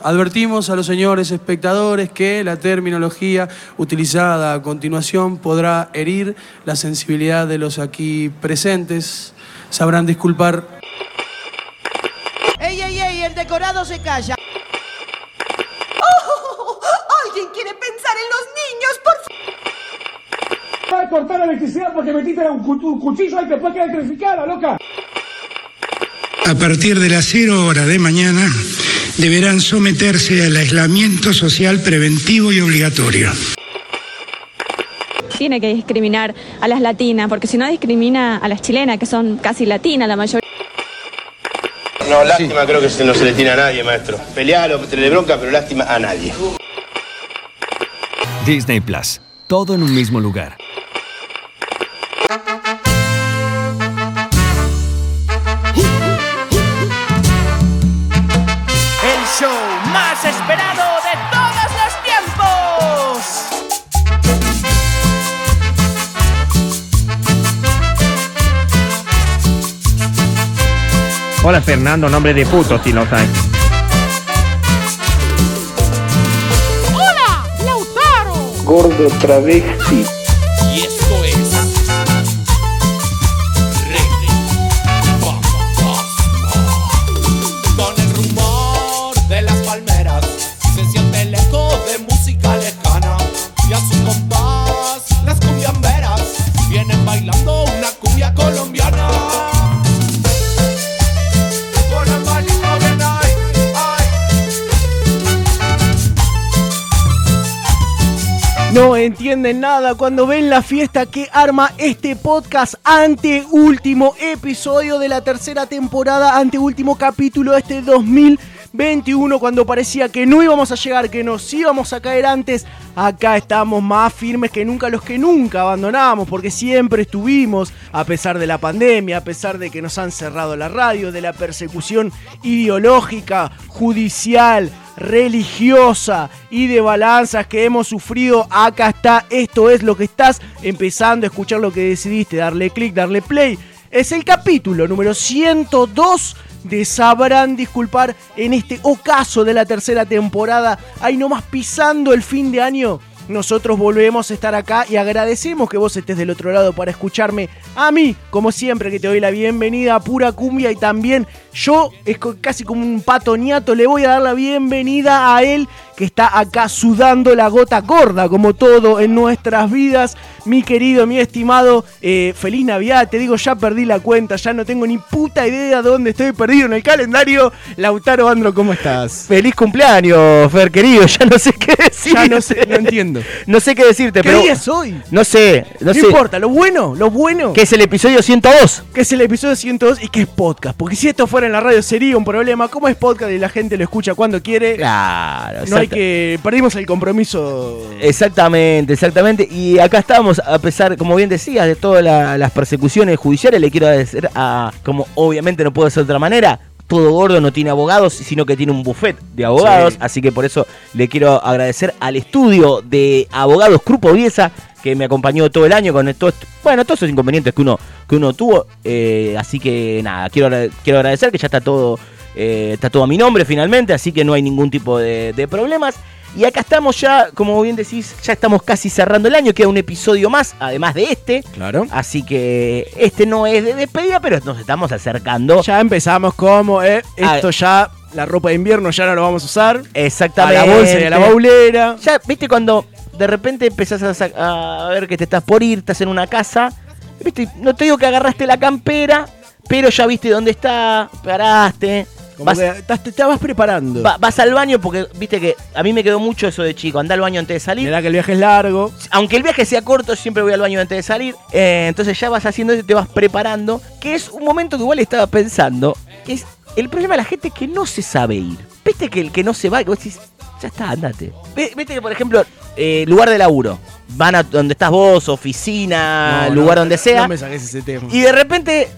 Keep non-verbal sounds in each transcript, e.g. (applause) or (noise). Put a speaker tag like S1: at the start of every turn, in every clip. S1: Advertimos a los señores espectadores que la terminología utilizada a continuación podrá herir la sensibilidad de los aquí presentes. Sabrán disculpar.
S2: ¡Ey, ey, ey! El decorado se calla.
S3: ¡Oh! ¡Alguien quiere pensar en los niños, por favor!
S4: Va a cortar la electricidad porque metiste un, cu- un cuchillo ahí que después queda electrificada, loca.
S5: A partir de las 0 hora de mañana deberán someterse al aislamiento social preventivo y obligatorio.
S6: Tiene que discriminar a las latinas, porque si no discrimina a las chilenas, que son casi latinas la mayoría.
S7: No, lástima creo que se- no se le tiene a nadie, maestro. Pelear o tener bronca, pero lástima a nadie.
S8: Disney Plus. Todo en un mismo lugar.
S9: El show más esperado de todos los tiempos.
S10: Hola Fernando, nombre de puto si lo sabes.
S11: ¡Hola! ¡Lautaro!
S10: Gordo travesti.
S11: Y esto es. Con el rumor de las palmeras se siente el eco de música lejana. Y a su compás, las cumbiamberas vienen bailando una cumbia colombiana. Con el manito de Nay,
S12: No entienden nada cuando ven la fiesta que arma este podcast ante último episodio de la tercera temporada, ante último capítulo de este 2021, cuando parecía que no íbamos a llegar, que nos íbamos a caer antes. Acá estamos más firmes que nunca, los que nunca abandonamos, porque siempre estuvimos, a pesar de la pandemia, a pesar de que nos han cerrado la radio, de la persecución ideológica, judicial, religiosa y de balanzas que hemos sufrido. Acá está, esto es lo que estás empezando a escuchar lo que decidiste, darle clic, darle play. Es el capítulo número 102 de Sabrán Disculpar en este ocaso de la tercera temporada. Ahí nomás pisando el fin de año. Nosotros volvemos a estar acá y agradecemos que vos estés del otro lado para escucharme a mí, como siempre, que te doy la bienvenida a Pura Cumbia y también yo, es co- casi como un patoniato, le voy a dar la bienvenida a él que está acá sudando la gota gorda, como todo en nuestras vidas. Mi querido, mi estimado, eh, feliz Navidad, te digo, ya perdí la cuenta, ya no tengo ni puta idea de dónde estoy perdido en el calendario. Lautaro Andro, ¿cómo estás?
S13: Feliz cumpleaños, Fer querido. (laughs) Ya no sé qué decir.
S12: Ya no sé, no entiendo.
S13: No sé qué decirte,
S12: ¿Qué
S13: pero.
S12: día es hoy?
S13: No sé,
S12: No,
S13: no, sé.
S12: importa, lo bueno, lo bueno.
S13: Que es el episodio 102.
S12: Que es el episodio 102 y que es podcast. Porque si esto fuera en la radio sería un problema. ¿Cómo es podcast y la gente lo escucha cuando quiere?
S13: Claro,
S12: No hay
S13: exacta-
S12: que. Perdimos el compromiso.
S13: Exactamente, exactamente. Y acá estamos, a pesar, como bien decías, de todas la- las persecuciones judiciales, le quiero agradecer a, como obviamente no puede ser de otra manera, todo gordo no tiene abogados, sino que tiene un buffet de abogados.
S14: Sí.
S13: Así que por eso le quiero agradecer al estudio de abogados Grupo Viesa, que me acompañó todo el año con estos, bueno, todos esos inconvenientes que uno, que uno tuvo. Eh, así que nada, quiero, agra- quiero agradecer que ya está todo, eh, está todo a mi nombre finalmente, así que no hay ningún tipo de, de problemas. Y acá estamos ya, como bien decís, ya estamos casi cerrando el año, queda un episodio más, además de este. Claro. Así que este no es de despedida, pero nos estamos acercando.
S12: Ya empezamos como, eh, esto ya, la ropa de invierno ya no lo vamos a usar.
S13: Exactamente.
S12: A la bolsa y a la baulera.
S13: Ya, viste, cuando de repente empezás a, sa- a ver que te estás por ir, estás en una casa. Viste, no te digo que agarraste la campera, pero ya viste dónde está, paraste.
S12: Como que estás- te estabas preparando.
S13: va- vas al baño porque, viste que a mí me quedó mucho eso de chico, anda al baño antes de salir.
S12: Mirá que el viaje es largo.
S13: Aunque el viaje sea corto, siempre voy al baño antes de salir. Eh, entonces ya vas haciendo eso, te vas preparando. Que es un momento que igual estaba pensando. Que es el problema de la gente es que no se sabe ir. Viste que el que no se va, que vos decís, ya está, andate. Ve- Viste que, por ejemplo, eh, lugar de laburo. Van a donde estás vos, oficina,
S12: No,
S13: lugar
S12: no,
S13: donde
S12: no
S13: sea.
S12: me saques ese tema.
S13: Y de repente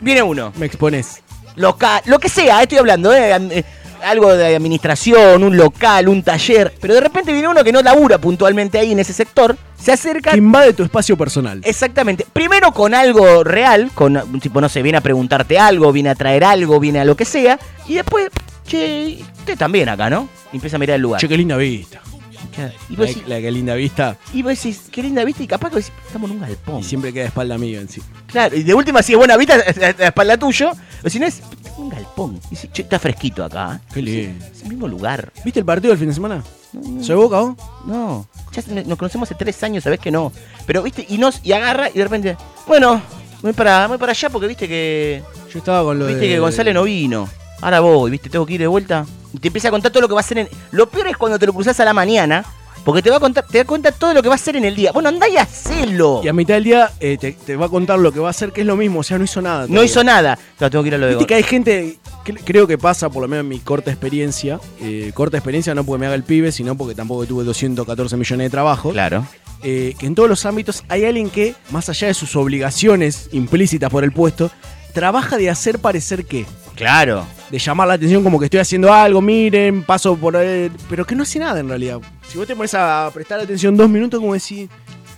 S13: viene uno.
S12: Me expones.
S13: Local, lo que sea, estoy hablando, eh, am- eh, algo de administración, un local, un taller. Pero de repente viene uno que no labura puntualmente ahí en ese sector. Se acerca.
S12: Que invade tu espacio personal.
S13: Exactamente. Primero con algo real, con tipo, no sé, viene a preguntarte algo, viene a traer algo, viene a lo que sea. Y después
S12: che, usted también acá, ¿no? Y empieza a mirar el lugar.
S13: Che, qué linda vista.
S12: Y
S13: La,
S12: vos decís,
S13: la que linda vista.
S12: y vos decís, qué linda vista, y capaz que vos decís, estamos en un galpón.
S13: Y siempre queda a espalda mía en sí.
S12: Claro, y de última, si es buena vista, es la la espalda tuyo. O si no es, un galpón. Y si, che, está fresquito acá. ¿eh?
S13: Qué lindo.
S12: Es el mismo lugar.
S13: ¿Viste el partido del fin de semana?
S12: ¿Soy
S13: Boca vos?
S12: No. Ya se- nos conocemos hace tres años, sabés que no. Pero, viste, y nos, y agarra y de repente, bueno, voy para, voy para allá porque viste que.
S13: Yo estaba con lo
S12: Viste
S13: de-
S12: que González no vino. Ahora voy, viste, tengo que ir de vuelta. Y te empieza a contar todo lo que va a hacer en. Lo peor es cuando te lo cruzas a la mañana. Porque te va a contar, te da cuenta todo lo que va a hacer en el día. Bueno, andá y hacelo.
S13: Y a mitad del día eh, te, te va a contar lo que va a hacer, que es lo mismo, o sea, no hizo nada.
S12: No
S13: todavía.
S12: hizo nada. Claro, tengo que ir a lo de
S13: Viste
S12: Gon-
S13: que hay gente, que- creo que pasa, por lo menos en mi corta experiencia, eh, corta experiencia no porque me haga el pibe, sino porque tampoco tuve 214 millones de trabajos.
S12: Claro.
S13: eh, que en todos los ámbitos hay alguien que, más allá de sus obligaciones implícitas por el puesto, trabaja de hacer parecer que.
S12: Claro.
S13: De llamar la atención como que estoy haciendo algo, miren, paso por él, pero que no hace nada en realidad. Si vos te pones a prestar atención dos minutos, como decís,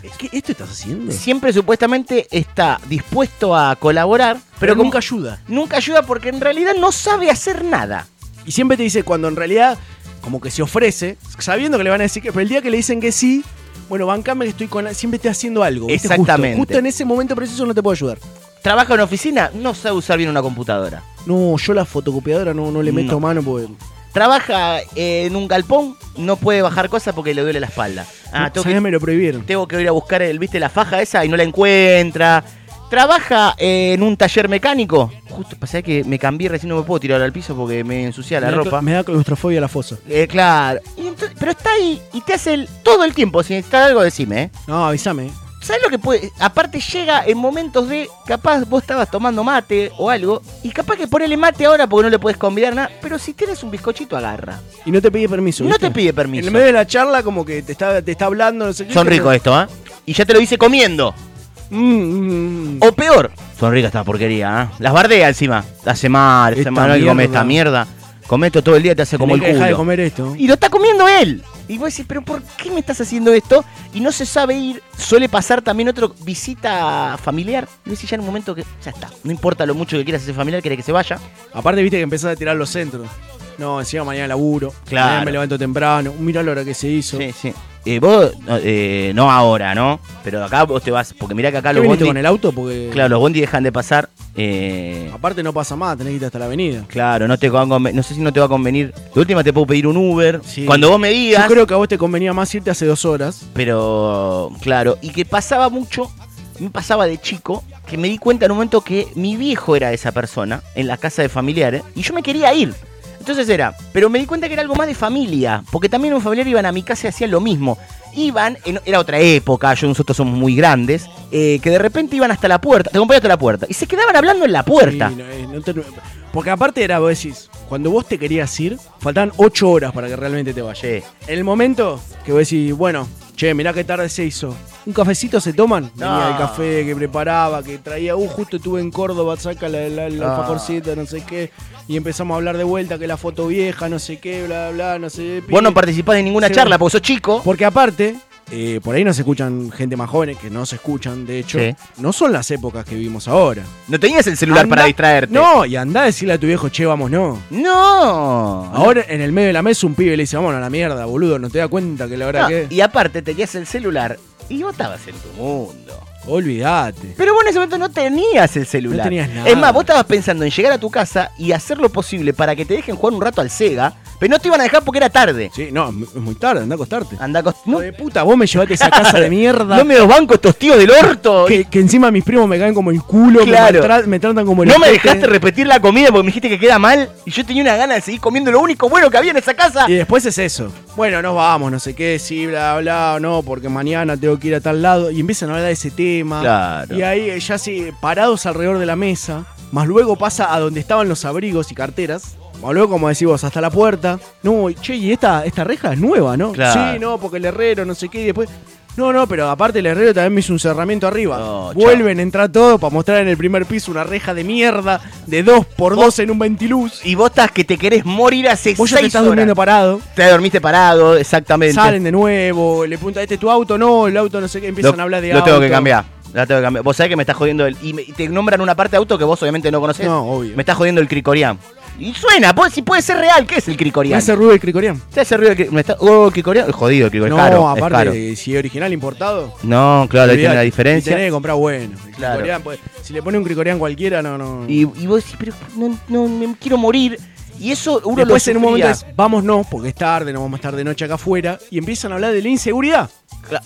S13: "Eh, ¿qué esto estás haciendo?
S12: Siempre supuestamente está dispuesto a colaborar, pero,
S13: Pero
S12: como-
S13: nunca ayuda.
S12: Nunca ayuda porque en realidad no sabe hacer nada.
S13: Y siempre te dice cuando en realidad como que se ofrece, sabiendo que le van a decir que, pero el día que le dicen que sí, bueno, bancame que estoy con siempre estoy haciendo algo. ¿viste? Justo-
S12: Exactamente.
S13: Justo, en ese momento preciso no te puedo ayudar.
S12: Trabaja en oficina, no sabe usar bien una computadora.
S13: No, yo la fotocopiadora no, no le meto
S12: No.
S13: mano porque...
S12: Trabaja eh, en un galpón, no puede bajar cosas porque le duele la espalda. Ah,
S13: No,
S12: tengo,
S13: ¿sabés?
S12: que,
S13: me lo prohibieron.
S12: tengo que ir a buscar, el, viste, la faja esa y no la encuentra. Trabaja eh, en un taller mecánico. Justo, pasa que me cambié, recién no me puedo tirar al piso porque me ensucia la
S13: me
S12: ropa.
S13: Da, me da claustrofobia la fosa.
S12: Eh, claro. Y ento- pero está ahí y te hace el- todo el tiempo. Si necesitas algo, decime, ¿eh?
S13: No, avísame.
S12: ¿Sabes lo que puede? Aparte llega en momentos de, capaz vos estabas tomando mate o algo, y capaz que ponele mate ahora porque no le puedes convidar nada, pero si tienes un bizcochito agarra.
S13: Y no te pide permiso.
S12: No
S13: ¿viste?
S12: te pide permiso.
S13: En el medio de la charla como que te está, te está hablando, no sé Mm, qué.
S12: Son ricos esto, ¿ah? Y ya te lo dice comiendo. O peor, son ricas estas porquerías, ¿ah? Las bardea encima. Te hace mal, te hace
S13: Esta
S12: mal, hay que comer
S13: mierda.
S12: esta mierda. Come esto todo el día, te hace como el
S13: Tenés que dejar de
S12: culo.
S13: comer esto.
S12: Y lo está comiendo él. Y vos decís, pero ¿por qué me estás haciendo esto? Y no se sabe ir. Suele pasar también otro visita familiar. Y vos decís ya en un momento que ya está. No importa lo mucho que quieras ese familiar, quiere que se vaya.
S13: Aparte viste que empezás a tirar los centros. No, encima mañana laburo.
S12: Claro.
S13: Mañana me levanto temprano. Mirá la hora que se hizo.
S12: Sí, sí. Eh, vos, no, eh, no ahora, ¿no? Pero acá vos te vas. Porque mirá que acá
S13: ¿Qué
S12: los
S13: viniste
S12: bondi.
S13: con el Ah. auto? Porque
S12: Claro, los bondi dejan de pasar. eh,
S13: aparte no pasa más, tenés que ir hasta la avenida.
S12: claro, no te va a conven- no sé si no te va a convenir. De última te puedo pedir un Uber.
S13: Sí.
S12: Cuando vos me digas.
S13: Yo creo que a vos te convenía más irte hace dos horas.
S12: Pero, claro, y que pasaba mucho, me pasaba de chico, que me di cuenta en un momento que mi viejo era esa persona en la casa de familiares y yo me quería ir. Entonces era, pero me di cuenta que era algo más de familia, porque también un familiar iban a mi casa y hacían lo mismo. Iban, en- era otra época, yo nosotros somos muy grandes, eh, que de repente iban hasta la puerta, te acompañaba hasta la puerta, y se quedaban hablando en la puerta.
S13: Sí, no, eh, no te- porque aparte era, vos decís, cuando vos te querías ir, faltaban ocho horas para que realmente te vayas.
S12: Sí.
S13: En el momento que vos decís, bueno, che, mirá qué tarde se hizo. ¿Un cafecito se toman? Venía
S12: No.
S13: el café que preparaba, que traía, uh, justo estuve en Córdoba, saca la, la, la
S12: No.
S13: alfajorcita, no sé qué. Y empezamos a hablar de vuelta, que la foto vieja, no sé qué, bla, bla, no sé
S12: Vos no participás de ninguna
S13: Sí.
S12: charla porque sos chico.
S13: Porque aparte, eh, por ahí nos escuchan gente más joven, que no se escuchan, de hecho,
S12: Sí.
S13: no son las épocas que vivimos ahora.
S12: No tenías el celular para
S13: Andá-
S12: distraerte.
S13: No, y andá a decirle a tu viejo, che, vamos, no.
S12: No.
S13: Ahora en el medio de la mesa un pibe le dice, vamos a la mierda, boludo, no te das cuenta que la verdad
S12: No,
S13: que...
S12: Ah, Y aparte tenías el celular y vos estabas en tu mundo.
S13: Olvídate.
S12: Pero vos en ese momento no tenías el celular.
S13: No tenías nada.
S12: Es más, vos estabas pensando en llegar a tu casa y hacer lo posible para que te dejen jugar un rato al Sega, pero no te iban a dejar porque era tarde.
S13: Sí, no, es muy tarde, andá a acostarte.
S12: Andá cost-
S13: Hijo
S12: Ah, no,
S13: de puta, vos me llevaste a
S12: (laughs)
S13: esa casa de mierda.
S12: no me los banco estos tíos del orto.
S13: que, que encima mis primos me caen como el culo, que
S12: Claro.
S13: me, tra- me tratan como el
S12: No me
S13: ojete.
S12: dejaste repetir la comida porque me dijiste que queda mal y yo tenía una gana de seguir comiendo lo único bueno que había en
S13: (laughs)
S12: esa casa.
S13: Y después es eso. Bueno, nos vamos, no sé qué, sí, bla, bla, no, porque mañana tengo que ir a tal lado. Y empiezan a hablar de ese tema.
S12: Claro.
S13: Y ahí eh, ya sí, parados alrededor de la mesa. Más luego pasa a donde estaban los abrigos y carteras. Más luego, como decís vos, hasta la puerta. No, y che, y esta, esta reja es nueva, ¿no?
S12: Claro.
S13: Sí, no, porque el herrero, no sé qué, y después. No, no, pero aparte el herrero también me hizo un cerramiento arriba.
S12: No,
S13: Vuelven, entra todo para mostrar en el primer piso una reja de mierda de 2 por 2 en un ventiluz.
S12: Y vos estás que te querés morir hace
S13: Vos ya te
S12: seis
S13: estás
S12: horas.
S13: durmiendo parado.
S12: Te dormiste parado, exactamente.
S13: Salen de nuevo, le preguntan, ¿este es tu auto? No, el auto no sé qué, empiezan
S12: lo,
S13: a hablar de
S12: lo
S13: auto.
S12: tengo que cambiar. Lo tengo que cambiar. Vos sabés que me está jodiendo el. Y, me- y te nombran una parte de auto que vos obviamente no conocés.
S13: No, obvio.
S12: Me está jodiendo el Cricorián. Y suena, puede- si puede ser real, ¿qué es el cricoriano?
S13: Ese ruido del cricorián.
S12: Ese ruido del cricorián. Oh, el cricoriano. es Jodido, el cricoriano.
S13: No,
S12: es caro, es
S13: aparte,
S12: caro.
S13: si es original importado.
S12: No, claro, ahí tiene la
S13: olvidate.
S12: diferencia.
S13: Y tenés que comprar bueno. El
S12: Claro.
S13: cricorián, pues, si le pone un cricorián cualquiera, no, no.
S12: Y, y vos decís, pero no, no me quiero morir. Y eso uno lo
S13: Después en un momento
S12: sufría.
S13: es, vámonos, porque es tarde, no vamos a estar de noche acá afuera. Y empiezan a hablar de la inseguridad.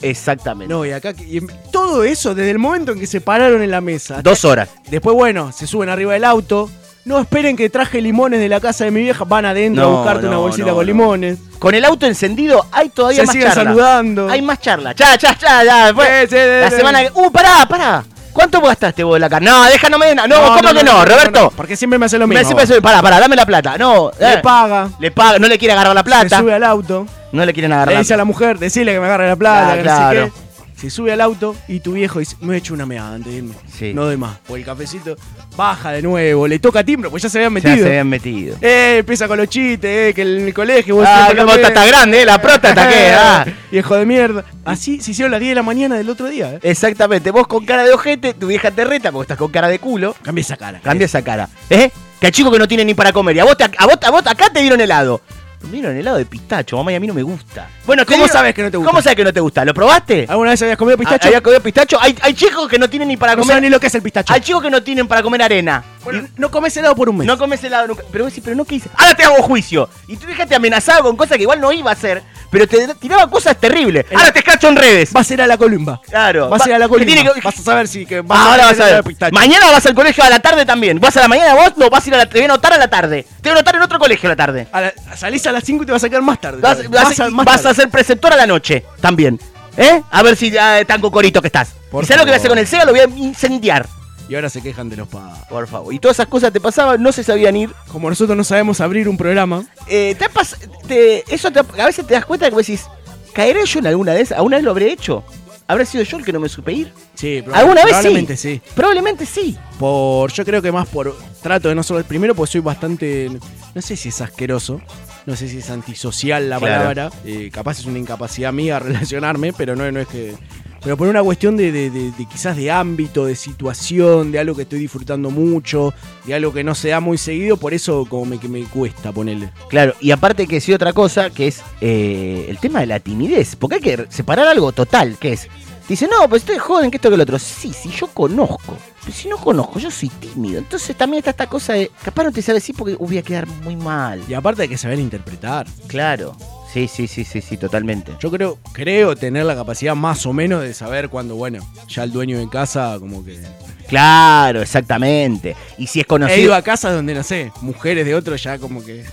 S12: Exactamente.
S13: No, y acá. que- y em- todo eso desde el momento en que se pararon en la mesa. hasta-
S12: Dos horas.
S13: Después, bueno, se suben arriba del auto. No esperen que traje limones de la casa de mi vieja. Van adentro a
S12: No,
S13: buscarte una
S12: no,
S13: bolsita
S12: no,
S13: con
S12: no.
S13: limones.
S12: Con el auto encendido hay todavía
S13: Se
S12: más
S13: siguen
S12: charla.
S13: saludando.
S12: Hay más charla. Ya, ya, ya, ya. después-
S13: Sí, sí, sí,
S12: la
S13: sí.
S12: semana que. ¡Uh, pará, pará! ¿Cuánto gastaste vos de la carne? No, deja, no me den- No, ¿cómo que no, Roberto?
S13: porque siempre me hace lo
S12: Me
S13: mismo.
S12: siempre se- pará, pará, dame la plata. No,
S13: Le
S12: eh,
S13: paga.
S12: le paga, no le quiere agarrar la plata.
S13: Se sube al auto.
S12: No le quieren
S13: Le
S12: agarrar.
S13: dice a la mujer, decile que me agarre la plata,
S12: Ah,
S13: que
S12: claro.
S13: no sé qué. Se sube al auto y tu viejo dice, me he hecho una meada antes de irme.
S12: Sí.
S13: No doy más. Porque el cafecito baja de nuevo, le toca timbre, pues ya se habían
S12: Ya
S13: metido.
S12: se habían metido.
S13: Eh, empieza con los chistes, eh, que en el colegio vos
S12: Ah,
S13: siempre
S12: que
S13: lo
S12: vos
S13: ves.
S12: estás tan grande, eh, la
S13: (laughs)
S12: próstata que, ah.
S13: Viejo de mierda. Así se hicieron las 10 de la mañana del otro día, eh.
S12: Exactamente, vos con cara de ojete, tu vieja te reta porque estás con cara de culo.
S13: Cambia esa cara.
S12: Cambia esa cara. ¿Eh? Que hay chicos que no tienen ni para comer. Y a vos, te- a vos, a vos acá te dieron helado. Me dieron helado de pistacho, mamá, y a mí no me gusta. Bueno,
S13: ¿cómo sabes que no te gusta?
S12: ¿Cómo sabes que no te gusta? ¿Lo probaste?
S13: ¿Alguna vez habías comido pistacho?
S12: ¿Habías comido pistacho? Hay, hay chicos que no tienen ni para
S13: No
S12: comer.
S13: saben ni lo que es el pistacho.
S12: Hay chicos que no tienen para comer arena.
S13: Bueno, no comes helado por un mes.
S12: No comes helado nunca. Pero vos decís, pero no qué hice. Ahora te hago juicio. Y tú déjate amenazado con cosas que igual no iba a hacer, pero te tiraba cosas terribles. Ahora te cacho en redes.
S13: Vas a ir a la columba.
S12: Claro.
S13: Vas a ir a la
S12: que
S13: columba.
S12: tiene que- Ah,
S13: Vas a saber si que vas
S12: Ahora vas a
S13: ver
S12: ver. Mañana vas al colegio a la tarde también. ¿Vas a la mañana vos? No, vas a ir a la, te voy a anotar a la tarde. Te voy a anotar en otro colegio a la tarde.
S13: A la- salís a las 5 y te vas a quedar más tarde.
S12: Vas,
S13: ¿sabes?
S12: vas-
S13: Más a- más
S12: vas
S13: tarde.
S12: a ser preceptor a la noche también. ¿Eh? A ver si ah, tan cocorito que estás.
S13: Por
S12: ¿Y sabes lo que voy a hacer
S13: favor.
S12: con el SEGA? Lo voy a incendiar.
S13: Y ahora se quejan de los padres.
S12: Por favor. Y todas esas cosas te pasaban, no se sabían ir.
S13: Como nosotros no sabemos abrir un programa.
S12: Eh, te ha pas- te- eso te ha- a veces te das cuenta que vos decís, ¿caeré yo en alguna de esas? ¿Alguna vez lo habré hecho? ¿Habrá sido yo el que no me supe ir?
S13: Sí,
S12: ¿Alguna vez
S13: probablemente sí.
S12: Probablemente sí.
S13: Por, yo creo que más por trato de no solo el primero, porque soy bastante. No sé si es asqueroso. No sé si es antisocial la
S12: Claro.
S13: palabra. eh, capaz es una incapacidad mía (laughs) relacionarme, pero no, no es que. Pero por una cuestión de, de- de- de quizás de ámbito, de situación, de algo que estoy disfrutando mucho, de algo que no se da muy seguido, por eso como me, que me cuesta ponerle.
S12: Claro, y aparte que sí otra cosa, que es eh, el tema de la timidez, porque hay que separar algo total, que es, dice, no, pues ustedes joden que esto que el otro, sí, sí, yo conozco, pero si no conozco, yo soy tímido, entonces también está esta cosa de, capaz no te sabes decir porque voy a quedar muy mal.
S13: Y aparte hay que saber interpretar.
S12: Claro, sí, sí, sí, sí, sí, totalmente.
S13: Yo creo, creo tener la capacidad más o menos de saber cuando, bueno, ya el dueño de casa como que...
S12: Claro, exactamente. Y si
S13: He ido
S12: es conocido...
S13: a casas donde, no sé, mujeres de otros ya como que...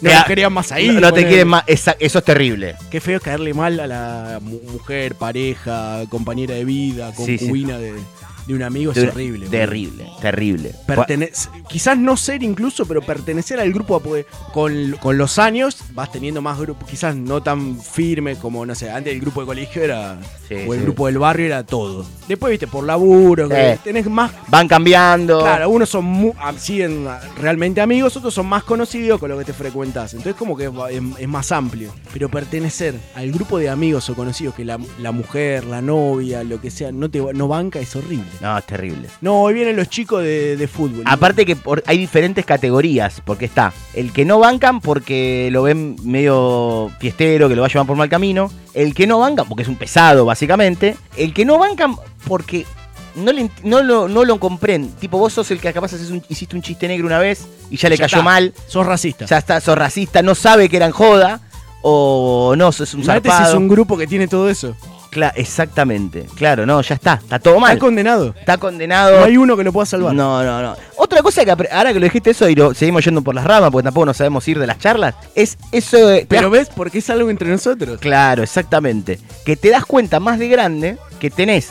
S13: No
S12: Eh,
S13: me
S12: ah,
S13: querían más ahí.
S12: No, no te
S13: ponele.
S12: quieren más, esa- eso es terrible.
S13: Qué feo caerle mal a la mu- mujer, pareja, compañera de vida,
S12: Sí, sí.
S13: concubina de, de un amigo. Es
S12: Ter-
S13: horrible. boludo.
S12: Terrible, terrible.
S13: Pertene- quizás no ser incluso, pero pertenecer al grupo porque con, con los años vas teniendo más grupos, quizás no tan firme como, no sé, antes el grupo de colegio era,
S12: Sí,
S13: o el
S12: sí.
S13: grupo del barrio era todo. Después, viste, por laburo, que tenés más...
S12: Van cambiando.
S13: Claro, algunos son mu- ah, siguen ah, realmente amigos, otros son más conocidos con los que te frecuentás. Entonces como que es, va- es- es más amplio. Pero pertenecer al grupo de amigos o conocidos que la, la mujer, la novia, lo que sea, no te va- no banca es horrible.
S12: No, es terrible.
S13: No, hoy vienen los chicos de, de fútbol.
S12: Aparte que por- hay diferentes categorías, porque está el que no bancan porque lo ven medio fiestero, que lo va a llevar por mal camino, el que no bancan porque es un pesado básicamente, el que no bancan porque no, le ent- no lo, no lo comprenden, tipo vos sos el que capaz haces un- hiciste un chiste negro una vez y ya le
S13: Ya
S12: cayó
S13: está,
S12: mal,
S13: Sos racista.
S12: ya está, sos racista, no sabe que eran joda, o no, sos un
S13: Imagínate si este es
S12: zarpado.
S13: un grupo que tiene todo eso.
S12: Cla- exactamente, claro, no, ya está, está todo mal,
S13: Está condenado.
S12: está condenado.
S13: No hay uno que lo pueda salvar.
S12: No, no, no. Otra cosa que apre- ahora que lo dijiste eso y lo seguimos yendo por las ramas porque tampoco nos sabemos ir de las charlas, es eso de... te
S13: Pero
S12: das-
S13: ves, porque es algo entre nosotros.
S12: Claro, exactamente. Que te das cuenta más de grande que tenés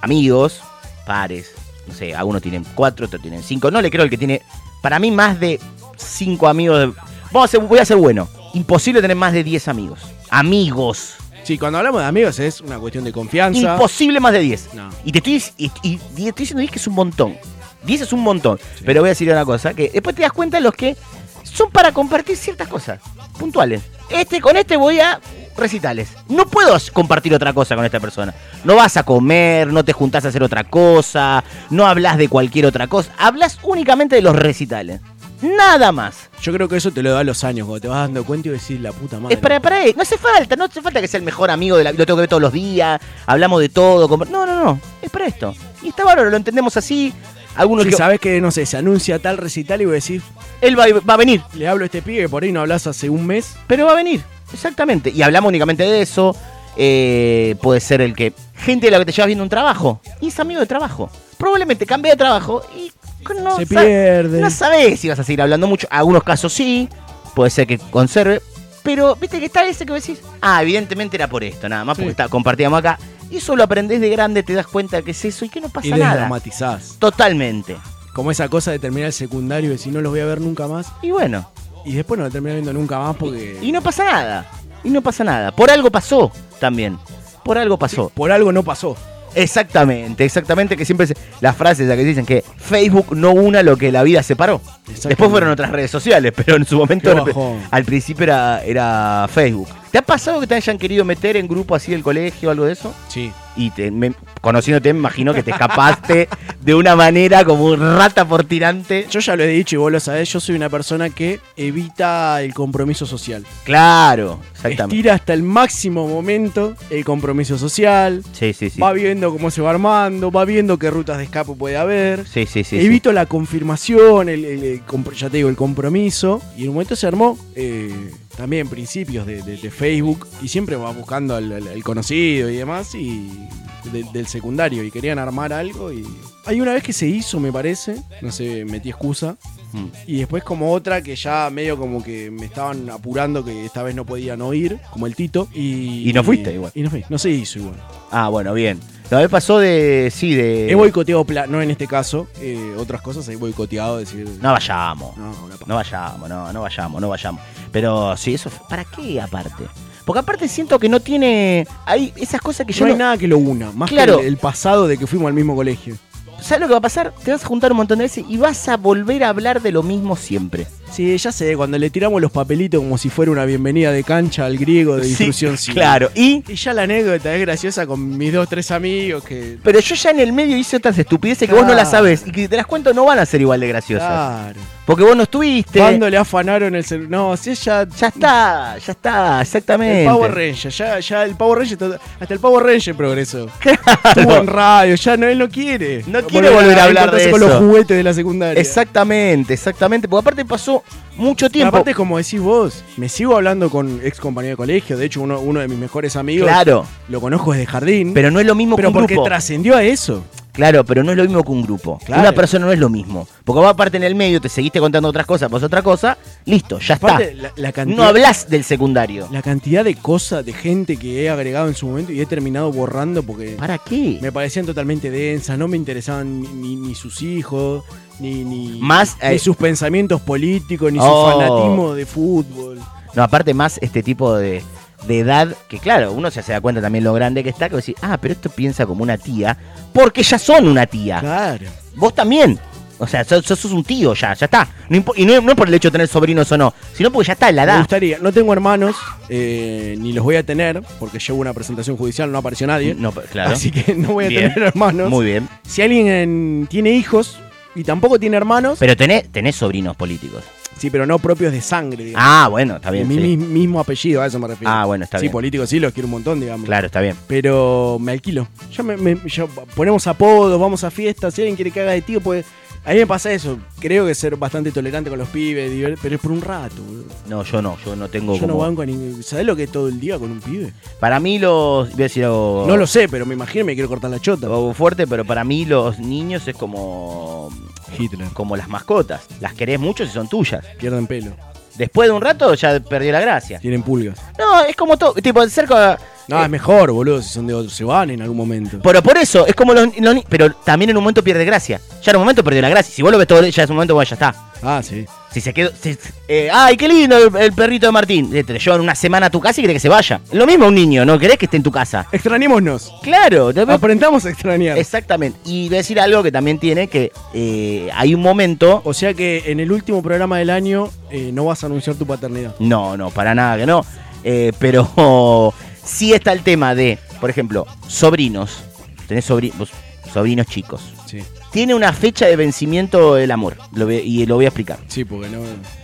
S12: amigos, pares, no sé, algunos tienen cuatro, otros tienen cinco. No le creo el que tiene, para mí, más de cinco amigos. de- Vamos a ser- voy a ser bueno. Imposible tener más de diez amigos. Amigos.
S13: Sí, cuando hablamos de amigos es una cuestión de confianza.
S12: Imposible más de 10.
S13: No.
S12: Y te estoy, dic- y, y- y te estoy diciendo 10 que es un montón. 10 es un montón. Pero voy a decir una cosa, que después te das cuenta de los que son para compartir ciertas cosas, puntuales. Este con este voy a recitales. No puedo as- compartir otra cosa con esta persona. No vas a comer, no te juntás a hacer otra cosa, no hablas de cualquier otra cosa, hablas únicamente de los recitales. Nada más.
S13: Yo creo que eso te lo da los años, cuando te vas dando cuenta y decís la puta madre.
S12: Es para, para, no hace falta, no hace falta que sea el mejor amigo de la Lo tengo que ver todos los días, hablamos de todo. com- No, no, no. Es para esto. Y está bárbaro, lo entendemos así. Algunos
S13: Sí,
S12: que-
S13: sabes que, no sé, se anuncia tal recital y vos decís.
S12: Él va, a venir.
S13: Le hablo a este pibe que por ahí no hablas hace un mes.
S12: Pero va a venir. Exactamente. Y hablamos únicamente de eso. Eh, puede ser el que. Gente de la que te llevas viendo un trabajo. Y es amigo de trabajo. Probablemente cambie de trabajo y no
S13: Se
S12: sa-
S13: pierde.
S12: No sabes si vas a seguir hablando mucho. Algunos casos sí. Puede ser que conserve. Pero viste que está ese que vos decís. Ah, evidentemente era por esto, nada más, porque está, compartíamos acá. Y eso lo aprendés de grande, te das cuenta que es eso y que no pasa
S13: Y
S12: nada.
S13: desdramatizás.
S12: Totalmente.
S13: Como esa cosa de terminar el secundario y decir no los voy a ver nunca más.
S12: Y bueno.
S13: Y después no lo terminas viendo nunca más porque.
S12: Y no pasa nada. Y no pasa nada. Por algo pasó también. Por algo pasó.
S13: por algo no pasó.
S12: Exactamente, exactamente. Que siempre se- las frases esas que dicen que Facebook no una lo que la vida separó. Después fueron otras redes sociales, (laughs) pero en su momento
S13: Qué bajón.
S12: al principio era, era Facebook. ¿Te ha pasado que te hayan querido meter en grupo así del colegio o algo de eso?
S13: Sí.
S12: Y te, me- conociéndote, me imagino que te
S13: (laughs)
S12: escapaste de una manera como un rata por tirante.
S13: Yo ya lo he dicho y vos lo sabés, yo soy una persona que evita el compromiso social.
S12: Claro, exactamente.
S13: Estira hasta el máximo momento el compromiso social.
S12: Sí, sí, sí.
S13: Va viendo cómo se va armando, va viendo qué rutas de escape puede haber.
S12: Sí, sí, sí. sí.
S13: Evito la confirmación, el, el- el compro- ya te digo, el compromiso. Y en un momento se armó eh, también principios de, de- de Facebook y siempre va buscando al, al- al conocido y demás y de- del secundario y querían armar algo y... Hay una vez que se hizo, me parece, no sé, metí excusa.
S12: Mm.
S13: Y después como otra que ya medio como que me estaban apurando que esta vez no podían oír, como el Tito. Y,
S12: Y no fuiste igual.
S13: Y no fui, no se hizo igual.
S12: Ah, bueno, bien. La vez pasó de. Sí, de.
S13: He boicoteado, pla- no en este caso, eh, otras cosas he boicoteado, decir...
S12: No vayamos.
S13: No,
S12: No vayamos, no, no vayamos, no vayamos. Pero sí, eso. ¿Para qué aparte? Porque aparte siento que no tiene. Hay esas cosas que yo.
S13: no hay nada que lo una, más
S12: Claro.
S13: que el- el pasado de que fuimos al mismo colegio.
S12: ¿Sabes lo que va a pasar? Te vas a juntar un montón de veces y vas a volver a hablar de lo mismo siempre.
S13: Sí, ya sé, cuando le tiramos los papelitos como si fuera una bienvenida de cancha al griego de
S12: Sí,
S13: (laughs) instrucción cívica.
S12: claro, ¿y?
S13: ya la anécdota es graciosa con mis dos, tres amigos que...
S12: Pero yo ya en el medio hice otras estupideces que vos no
S13: Claro.
S12: las sabes y que si te das cuenta no van a ser igual de graciosas.
S13: Claro.
S12: Porque vos no estuviste.
S13: Cuando le afanaron el celular. No, si ella.
S12: Ya está, ya está, exactamente.
S13: El Power Ranger, ya, ya el Power Ranger, to- hasta el Power Ranger progresó. Estuvo en radio, ya no, él no quiere.
S12: No quiere volver a hablar de
S13: encontrarse con los
S12: eso.
S13: juguetes de la secundaria.
S12: Exactamente, exactamente. Porque aparte pasó mucho
S13: Pero
S12: tiempo.
S13: aparte, como decís vos, me sigo hablando con ex compañero de colegio. De hecho, uno, uno de mis mejores amigos.
S12: Claro.
S13: Lo conozco desde jardín.
S12: Pero no es lo mismo
S13: Pero
S12: que un
S13: porque
S12: grupo.
S13: trascendió a eso.
S12: Claro, pero no es lo mismo que un grupo.
S13: Claro.
S12: Una persona no es lo mismo. Porque vos aparte en el medio te seguiste contando otras cosas, vos otra cosa, listo, ya
S13: Aparte,
S12: está.
S13: la- la cantidad-
S12: No hablas del secundario.
S13: La cantidad de cosas, de gente que he agregado en su momento y he terminado borrando porque.
S12: ¿Para qué?
S13: Me parecían totalmente densas, no me interesaban ni, ni- ni sus hijos, ni, ni,
S12: Más,
S13: ni
S12: eh,
S13: sus pensamientos políticos, ni
S12: Oh.
S13: su fanatismo de fútbol.
S12: No, aparte más este tipo de, de edad, que claro, uno ya se da cuenta también lo grande que está, que decís, ah, pero esto piensa como una tía, porque ya son una tía.
S13: Claro.
S12: Vos también. O sea, sos, sos un tío ya, ya está. No impo- y no, no por el hecho de tener sobrinos o no, sino porque ya está la
S13: Me
S12: edad.
S13: gustaría, no tengo hermanos, eh, ni los voy a tener, porque llevo una presentación judicial, no apareció nadie.
S12: No, pero- claro.
S13: Así que no voy a
S12: Bien.
S13: tener hermanos.
S12: Muy bien.
S13: Si alguien en- tiene hijos y tampoco tiene hermanos,
S12: Pero tenés, tenés sobrinos políticos.
S13: sí, pero no propios de sangre, digamos.
S12: Ah, bueno, está bien.
S13: Mi
S12: sí.
S13: mi- mismo apellido, a eso me refiero.
S12: Ah, bueno, está
S13: sí,
S12: bien.
S13: políticos sí, los quiero un montón, digamos.
S12: Claro, está bien.
S13: Pero me alquilo. Yo me, me- yo- ponemos apodos, vamos a fiestas, si alguien quiere que haga de tío, pues... A mí me pasa eso. Creo que ser bastante tolerante con los pibes, diver- pero es por un rato. boludo.
S12: No, yo no, yo no tengo
S13: Yo no
S12: como-
S13: banco a ningún... ¿Sabés lo que es todo el día con un pibe?
S12: Para mí los... Voy a decir algo...
S13: No lo sé, pero me imagino me quiero cortar la chota.
S12: algo fuerte, pero para mí los niños es como...
S13: Hitler.
S12: Como las mascotas. Las querés mucho si son tuyas.
S13: Pierden pelo.
S12: Después de un rato ya perdió la gracia.
S13: Tienen pulgas.
S12: No, es como todo... Tipo, cerca...
S13: No, es mejor, boludo, si son de otros. Se van en algún momento.
S12: Pero por eso, es como los, los ni- Pero también en un momento pierde gracia. Ya en un momento perdió la gracia. Si vos lo ves todo, ya es un momento, bueno, ya está.
S13: Ah, sí.
S12: Si se quedó... si- eh, ¡Ay, qué lindo el, el perrito de Martín! Eh, Te lo llevan una semana a tu casa y querés que se vaya. Lo mismo a un niño, ¿no? Querés que esté en tu casa.
S13: Extrañémonos.
S12: Claro, te-
S13: Ah, Aprendamos a extrañar.
S12: Exactamente. Y decir algo que también tiene que eh, hay un momento.
S13: O sea que en el último programa del año eh, no vas a anunciar tu paternidad.
S12: No, no, para nada que no. Eh, pero (laughs) sí está el tema de, por ejemplo, sobrinos. Tenés sobri- vos- sobrinos chicos.
S13: Sí.
S12: tiene una fecha de vencimiento el amor. Lo voy- y lo voy a explicar.
S13: Sí, porque no.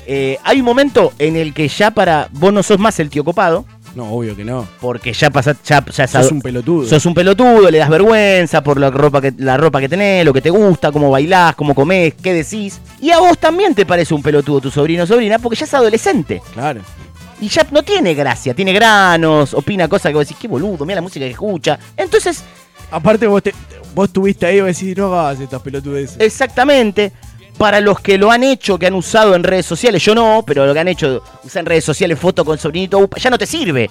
S12: Eh, hay un momento en el que ya para. Vos no sos más el tío copado.
S13: No, obvio que no.
S12: Porque ya pasás. Ya, ya
S13: Sos
S12: sab-
S13: un pelotudo.
S12: Sos un pelotudo, le das vergüenza por la ropa, que, la ropa que tenés, lo que te gusta, cómo bailás, cómo comés, qué decís. Y a vos también te parece un pelotudo tu sobrino o sobrina porque ya es adolescente.
S13: Claro.
S12: Y ya no tiene gracia, tiene granos, opina cosas que vos decís, qué boludo, mira la música que escucha. Entonces.
S13: Aparte vos te, vos estuviste ahí y vos decís, no hagas estas pelotudeces.
S12: Exactamente. Para los que lo han hecho, que han usado en redes sociales, yo no, pero lo que han hecho, usan en redes sociales foto con sobrinito UPA, ya no te sirve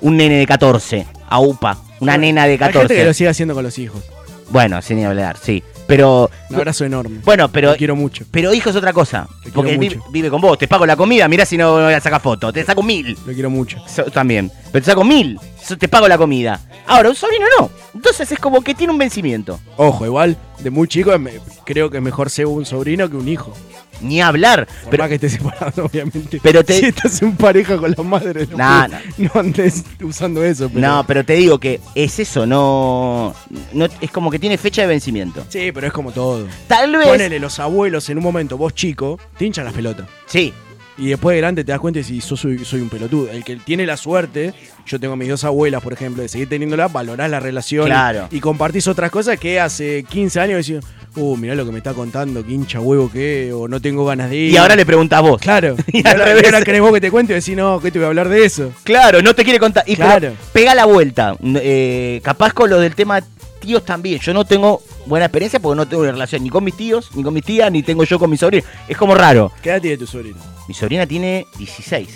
S12: un nene de 14 a UPA, una nena de
S13: Hay gente que lo
S12: 14.
S13: sigue haciendo con los hijos.
S12: Bueno, sin ni hablar, sí. Pero.
S13: Un abrazo enorme.
S12: Bueno, pero.
S13: Te quiero mucho.
S12: Pero hijo es otra cosa.
S13: quiero
S12: Porque vi-
S13: mucho.
S12: vive, con vos, te pago la comida, mirá si no la sacas foto, te saco mil.
S13: Lo quiero mucho.
S12: So- también. Pero te saco mil, so- te pago la comida. Ahora, un sobrino no. Entonces es como que tiene un vencimiento.
S13: Ojo, igual, de muy chico es me- creo que es mejor ser un sobrino que un hijo.
S12: Ni hablar.
S13: pero que esté separado, (laughs) obviamente.
S12: Pero te-
S13: Si estás en pareja con la madre, no,
S12: Nah,
S13: no andes usando eso. Pero...
S12: No, pero te digo que es eso, no, no- Es como que tiene fecha de vencimiento.
S13: Sí, pero es como todo.
S12: Tal vez.
S13: Ponele los abuelos en un momento, vos chico, te hinchan las pelotas.
S12: Sí.
S13: Y después de grande te das cuenta y si soy, soy un pelotudo. El que tiene la suerte, yo tengo a mis dos abuelas, por ejemplo, de seguir teniéndola, valorás la relación
S12: Claro.
S13: y compartís otras cosas que hace 15 años decís, uh, mirá lo que me está contando, qué hincha huevo que, es", o no tengo ganas de ir.
S12: Y ahora le preguntás vos.
S13: Claro.
S12: (laughs)
S13: (laughs)
S12: Y
S13: Y
S12: al
S13: ahora,
S12: revés.
S13: y ahora querés vos que te cuente y decís, no, que te voy a hablar de eso.
S12: Claro, no te quiere contar. Y
S13: Claro.
S12: pero pega la vuelta. N- eh, capaz con lo del tema tíos también. Yo no tengo buena experiencia porque no tengo una relación ni con mis tíos, ni con mis tías, ni tengo yo con mis sobrinos. Es como raro.
S13: ¿Qué edad tiene tu sobrino?
S12: Mi sobrina tiene 16.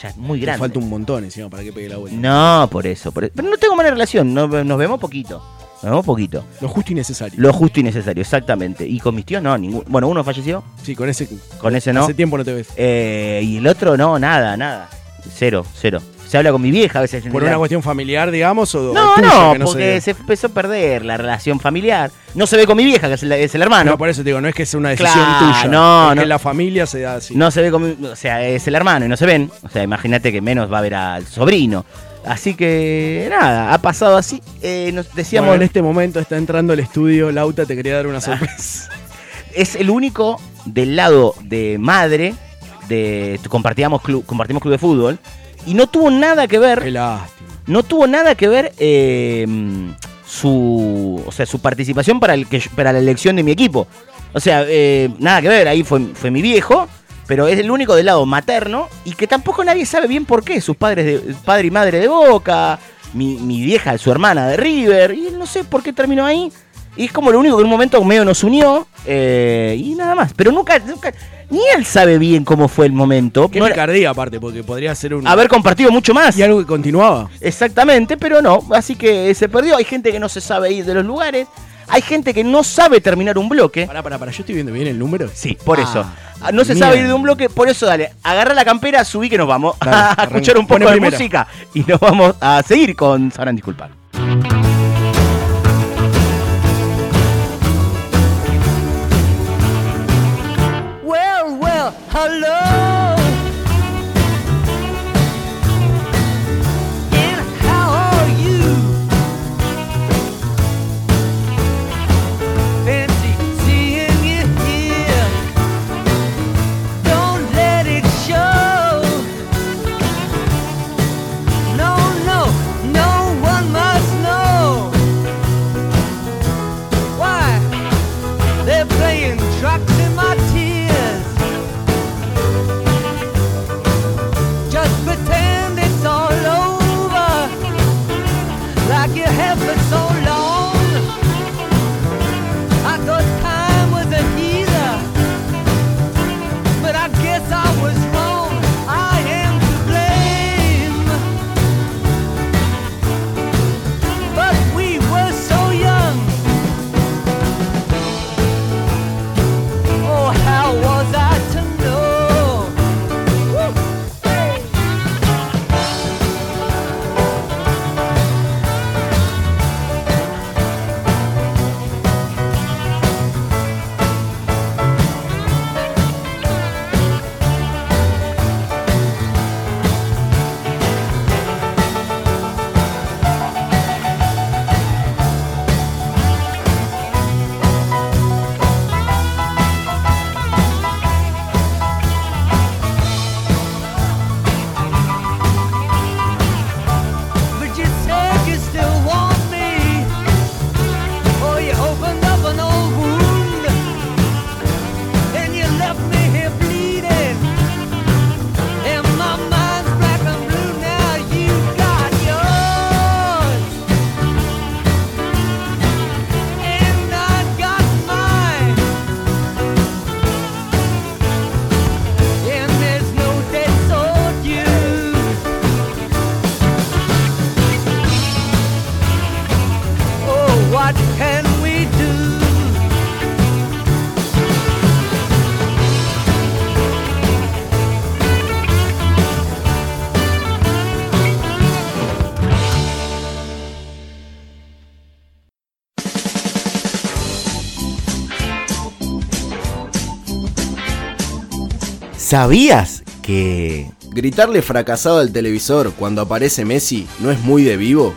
S12: Ya es muy
S13: Te
S12: grande.
S13: falta un montón encima para que pegue la vuelta.
S12: No, por eso, por eso. Pero no tengo buena relación. no- nos vemos poquito. Nos vemos poquito.
S13: Lo justo y necesario.
S12: Lo justo y necesario, exactamente. Y con mis tíos no, ningún. Bueno, uno falleció.
S13: Sí, con ese.
S12: Con ese no.
S13: Hace tiempo no te ves.
S12: Eh, y el otro no, nada, nada. Cero, cero. Se habla con mi vieja a veces.
S13: ¿Por una cuestión familiar, digamos? O, o
S12: No,
S13: tuya,
S12: no,
S13: que se
S12: porque
S13: dio?
S12: se empezó a perder la relación familiar. No se ve con mi vieja, que es el, es el hermano.
S13: No, por eso te digo, no es que sea una decisión
S12: Claro,
S13: tuya.
S12: no,
S13: es que
S12: no.
S13: la familia se da así.
S12: No se ve con mi- O sea, es el hermano y no se ven. O sea, imagínate que menos va a ver al sobrino. Así que, nada, ha pasado así. Eh, nos decíamos. Ah.
S13: Bueno, en este momento está entrando al estudio. Lauta, te quería dar una sorpresa.
S12: (laughs) es el único del lado de madre de compartíamos club, compartimos club de fútbol y no tuvo nada que ver no tuvo nada que ver eh, su o sea su participación para el que yo- para la elección de mi equipo o sea eh, nada que ver ahí fue, fue mi viejo pero es el único del lado materno y que tampoco nadie sabe bien por qué sus padres de, padre y madre de Boca mi, mi vieja su hermana de River y no sé por qué terminó ahí y es como lo único que en un momento medio nos unió eh, y nada más. Pero nunca, nunca, ni él sabe bien cómo fue el momento.
S13: Qué
S12: No era-
S13: picardía, aparte, porque podría ser un.
S12: haber compartido mucho más.
S13: Y algo que continuaba.
S12: Exactamente, pero no. Así que eh, se perdió. Hay gente que no se sabe ir de los lugares. Hay gente que no sabe terminar un bloque.
S13: Pará, pará, pará. ¿Yo estoy viendo bien el número?
S12: Sí, por
S13: Ah,
S12: eso. Ah, No se sabe
S13: mierda.
S12: ir de un bloque. Por eso, dale, agarra la campera, subí que nos vamos (laughs)
S13: Dale,
S12: a
S13: arranca.
S12: escuchar un poco
S13: Pone
S12: de
S13: primera.
S12: música. Y nos vamos a seguir con Sabrán Disculpar.
S9: Well, well, hello. And how are you? Fancy seeing you here. Don't let it show. No, no, no one must know. Why? They're playing tracks in my tears.
S12: Oh,
S15: ¿Sabías que... Gritarle fracasado al televisor cuando aparece Messi no es muy de vivo?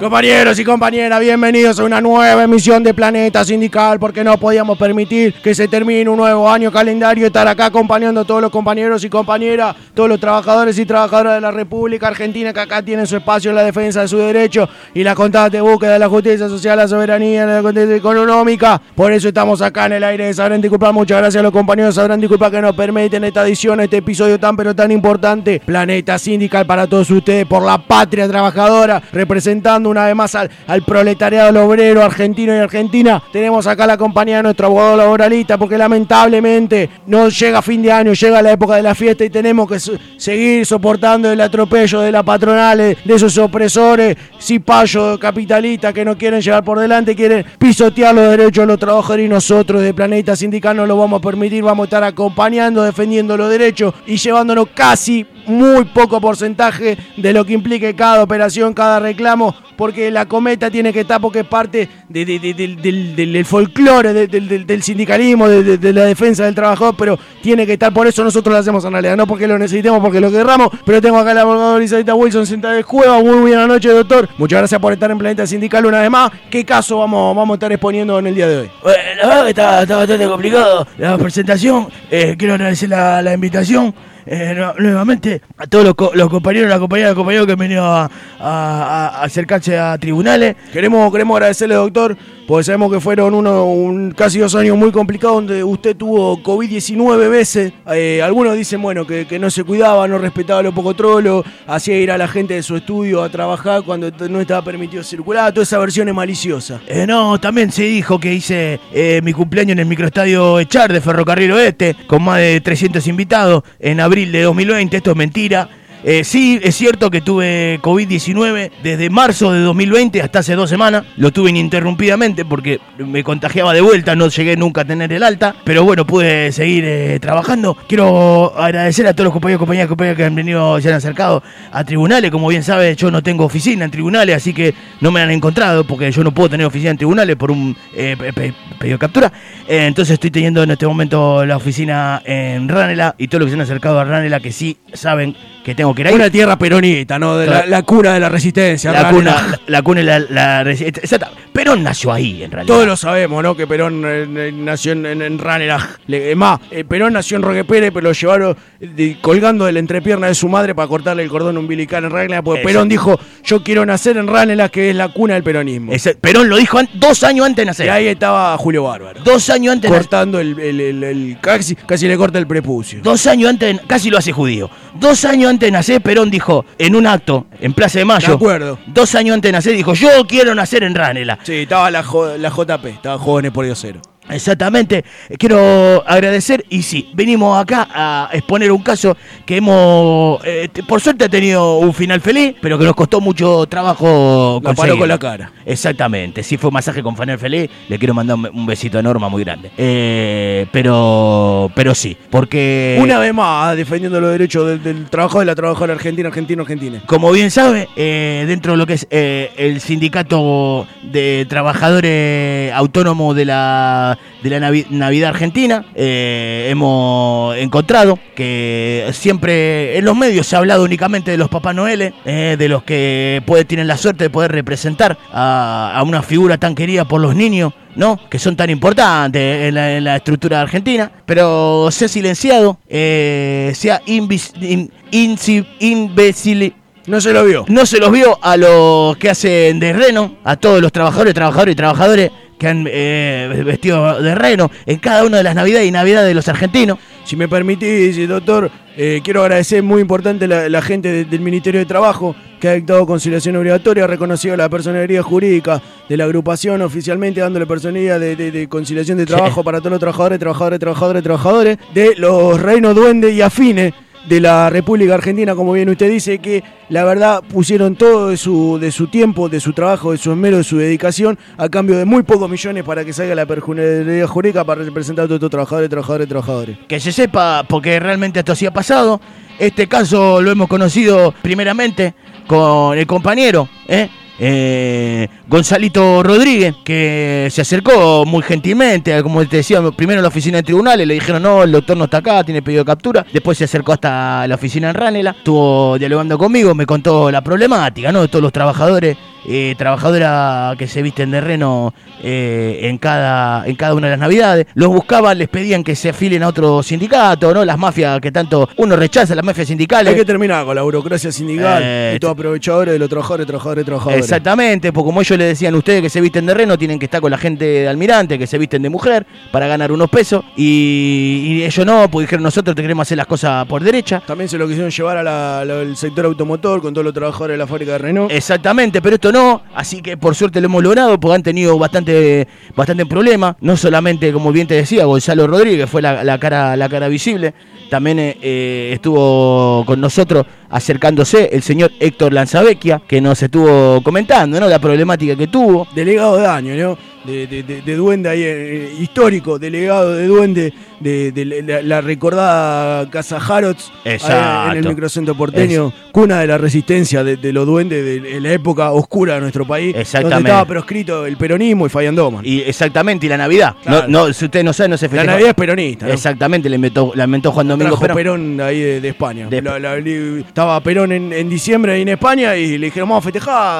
S13: Compañeros y compañeras, bienvenidos a una nueva emisión de Planeta Sindical, porque no podíamos permitir que se termine un nuevo año calendario y estar acá acompañando a todos los compañeros y compañeras, todos los trabajadores y trabajadoras de la República Argentina que acá tienen su espacio en la defensa de sus derechos y la constante búsqueda de la justicia social, la soberanía, la justicia económica. Por eso estamos acá en el aire de Sabrán Disculpar. Muchas gracias a los compañeros de Sabrán Disculpar que nos permiten esta edición, este episodio tan pero tan importante. Planeta Sindical para todos ustedes, por la patria trabajadora, representando una vez más al, al proletariado, al obrero argentino y argentina. Tenemos acá la compañía de nuestro abogado laboralista, porque lamentablemente no llega fin de año, llega la época de la fiesta y tenemos que su- seguir soportando el atropello de las patronales, de esos opresores, cipayos capitalistas que no quieren llevar por delante, quieren pisotear los derechos de los trabajadores y nosotros de Planeta Sindical no lo vamos a permitir, vamos a estar acompañando, defendiendo los derechos y llevándonos casi muy poco porcentaje de lo que implique cada operación, cada reclamo, porque la cometa tiene que estar porque es parte de- de- de- del- del, del- del folclore, de- del- del- del sindicalismo, de, de- de la defensa del trabajador, pero tiene que estar, por eso nosotros lo hacemos en realidad, no porque lo necesitemos, porque lo querramos, pero tengo acá al abogado Elizabeth Wilson sentada de cueva, muy buena noche doctor, muchas gracias por estar en Planeta Sindical una vez más, ¿qué caso vamos, vamos a estar exponiendo en el día de hoy?
S12: Eh, La verdad que está, está bastante complicado la presentación. Eh, quiero agradecer la, la invitación. eh, nue- nuevamente a todos los, co- los compañeros, las compañeras, los compañeros que han venido a, a- a acercarse a tribunales.
S13: Queremos, queremos agradecerle, doctor, porque sabemos que fueron uno, un- casi dos años muy complicados donde usted tuvo COVID-19 veces. Eh, algunos dicen, bueno, que, que no se cuidaba, no respetaba lo poco trolo, hacía ir a la gente de su estudio a trabajar cuando t- no estaba permitido circular. Toda esa versión es maliciosa.
S12: Eh, no, también se dijo que hice eh, mi cumpleaños en el microestadio Echar de Ferrocarril Oeste, con más de 300 invitados, en abril de 2020. Esto es mentira. Eh, sí, es cierto que tuve COVID-19 desde marzo de 2020 hasta hace dos semanas. Lo tuve ininterrumpidamente porque me contagiaba de vuelta, no llegué nunca a tener el alta. Pero bueno, pude seguir eh, trabajando. Quiero agradecer a todos los compañeros, compañeras, compañeras que han venido, se han acercado a tribunales. Como bien sabe, yo no tengo oficina en tribunales, así que no me han encontrado porque yo no puedo tener oficina en tribunales por un eh, pe- pe- pedido de captura. Eh, entonces estoy teniendo en este momento la oficina en Ranela y todos los que se han acercado a Ranela que sí saben que tengo que ir ahí.
S13: Una tierra peronista, ¿no? De la,
S12: Claro.
S13: la cuna de la resistencia.
S12: La
S13: realmente.
S12: cuna, la, la cuna y la, la resi- exacta- Perón nació ahí, en realidad.
S13: Todos lo sabemos, ¿no? Que Perón eh, eh, nació en, en, en Ranelagh. Le- Es más, eh, Perón nació en Roque Pérez, pero lo llevaron de- colgando de la entrepierna de su madre para cortarle el cordón umbilical en Ranelagh, porque
S12: Exacto.
S13: Perón dijo, yo quiero nacer en Ranelagh, que es la cuna del peronismo.
S12: Ese- Perón lo dijo an- dos años antes de nacer.
S13: Y ahí estaba Julio Bárbaro.
S12: Dos años antes de
S13: Cortando el... el- el- el- casi, casi le corta el prepucio.
S12: Dos años antes, de- casi lo hace judío. Dos años antes de nacer, Perón dijo en un acto, en Plaza de Mayo.
S13: De acuerdo.
S12: Dos años antes de nacer, dijo: Yo quiero nacer en Ranela.
S13: Sí, estaba la, jo- la JP, estaba Jóvenes por Diosero.
S12: Exactamente, Eh, quiero agradecer y sí, venimos acá a exponer un caso que hemos, eh, te- por suerte ha tenido un final feliz, pero que nos costó mucho trabajo
S13: La paró con la cara.
S12: Exactamente, sí fue un masaje con final feliz, le quiero mandar un, un besito a Norma muy grande. Eh, pero, pero sí, porque...
S13: Una vez más, defendiendo los derechos del, del trabajo de la trabajadora argentina, argentino, argentina.
S12: Como bien sabe, eh, dentro de lo que es eh, el sindicato de trabajadores autónomos de la, de la Navi- Navidad Argentina, eh, hemos encontrado que siempre en los medios se ha hablado únicamente de los Papá Noel, de los que puede, tienen la suerte de poder representar a, a una figura tan querida por los niños. ¿no? que son tan importantes en la, en la estructura argentina, pero se ha silenciado, eh, se ha invis- in- insi- imbecili-
S13: No se lo vio.
S12: No se los vio a los que hacen de reno, a todos los trabajadores, trabajadores y trabajadores que han eh, vestido de reno en cada una de las navidades y navidades de los argentinos.
S13: Si me permitís, doctor, eh, quiero agradecer muy importante la, la gente de- del Ministerio de Trabajo que ha dictado conciliación obligatoria, ha reconocido la personalidad jurídica de la agrupación oficialmente, dándole personalidad de, de- de conciliación de trabajo para todos los trabajadores, trabajadores, trabajadores, trabajadores de los reinos duendes y afines de la República Argentina, como bien usted dice, que la verdad pusieron todo de su, de su tiempo, de su trabajo, de su esmero, de su dedicación, a cambio de muy pocos millones para que salga la perjunería jurídica para representar a todos estos trabajadores, trabajadores, trabajadores.
S12: Que se sepa, porque realmente esto sí ha pasado. Este caso lo hemos conocido primeramente con el compañero, ¿eh? Eh, Gonzalito Rodríguez, que se acercó muy gentilmente, como te decía, primero a la oficina de tribunales, le dijeron, no, el doctor no está acá, tiene pedido de captura, después se acercó hasta la oficina en Ranela, estuvo dialogando conmigo, me contó la problemática, ¿no? De todos los trabajadores, eh, trabajadoras que se visten de reno eh, en, cada, en cada una de las navidades, los buscaban, les pedían que se afilen a otro sindicato, ¿no? Las mafias que tanto uno rechaza, las mafias sindicales.
S13: Hay que terminar con la burocracia sindical
S12: Eh,
S13: y todos aprovechadores de los trabajadores, trabajadores, trabajadores.
S12: Exactamente, porque como ellos le decían, ustedes que se visten de reno tienen que estar con la gente de almirante, que se visten de mujer, para ganar unos pesos. Y, y ellos no, porque dijeron, nosotros te queremos hacer las cosas por derecha.
S13: También se lo quisieron llevar al sector automotor con todos los trabajadores de la fábrica de Renault.
S12: Eh. Exactamente, pero esto no, así que por suerte lo hemos logrado, porque han tenido bastante, bastante problema. No solamente, como bien te decía, Gonzalo Rodríguez fue la, la cara, la cara visible. También eh, eh, estuvo con nosotros acercándose el señor Héctor Lanzavecchia, que nos estuvo comentando, ¿no? La problemática que tuvo.
S13: Delegado de daño, ¿no? De, de- de- de duende ahí, eh, histórico, delegado de duende de, de la, la recordada Casa Harrods ahí en el
S12: Exacto.
S13: microcentro porteño, cuna de la resistencia de, de los duendes de, de la época oscura de nuestro país, donde
S12: Exactamente.
S13: estaba proscrito el peronismo y Fayandoman.
S12: Y exactamente, y la Navidad.
S13: Claro.
S12: No, no, si usted no sabe, no se festeja.
S13: Navidad es peronista, ¿no?
S12: Exactamente, la inventó, la inventó Juan Domingo
S13: Trajo Perón.
S12: Perón.
S13: ahí de, de España.
S12: De-
S13: La- la- li- estaba Perón en, en diciembre ahí en España y le dijeron, vamos a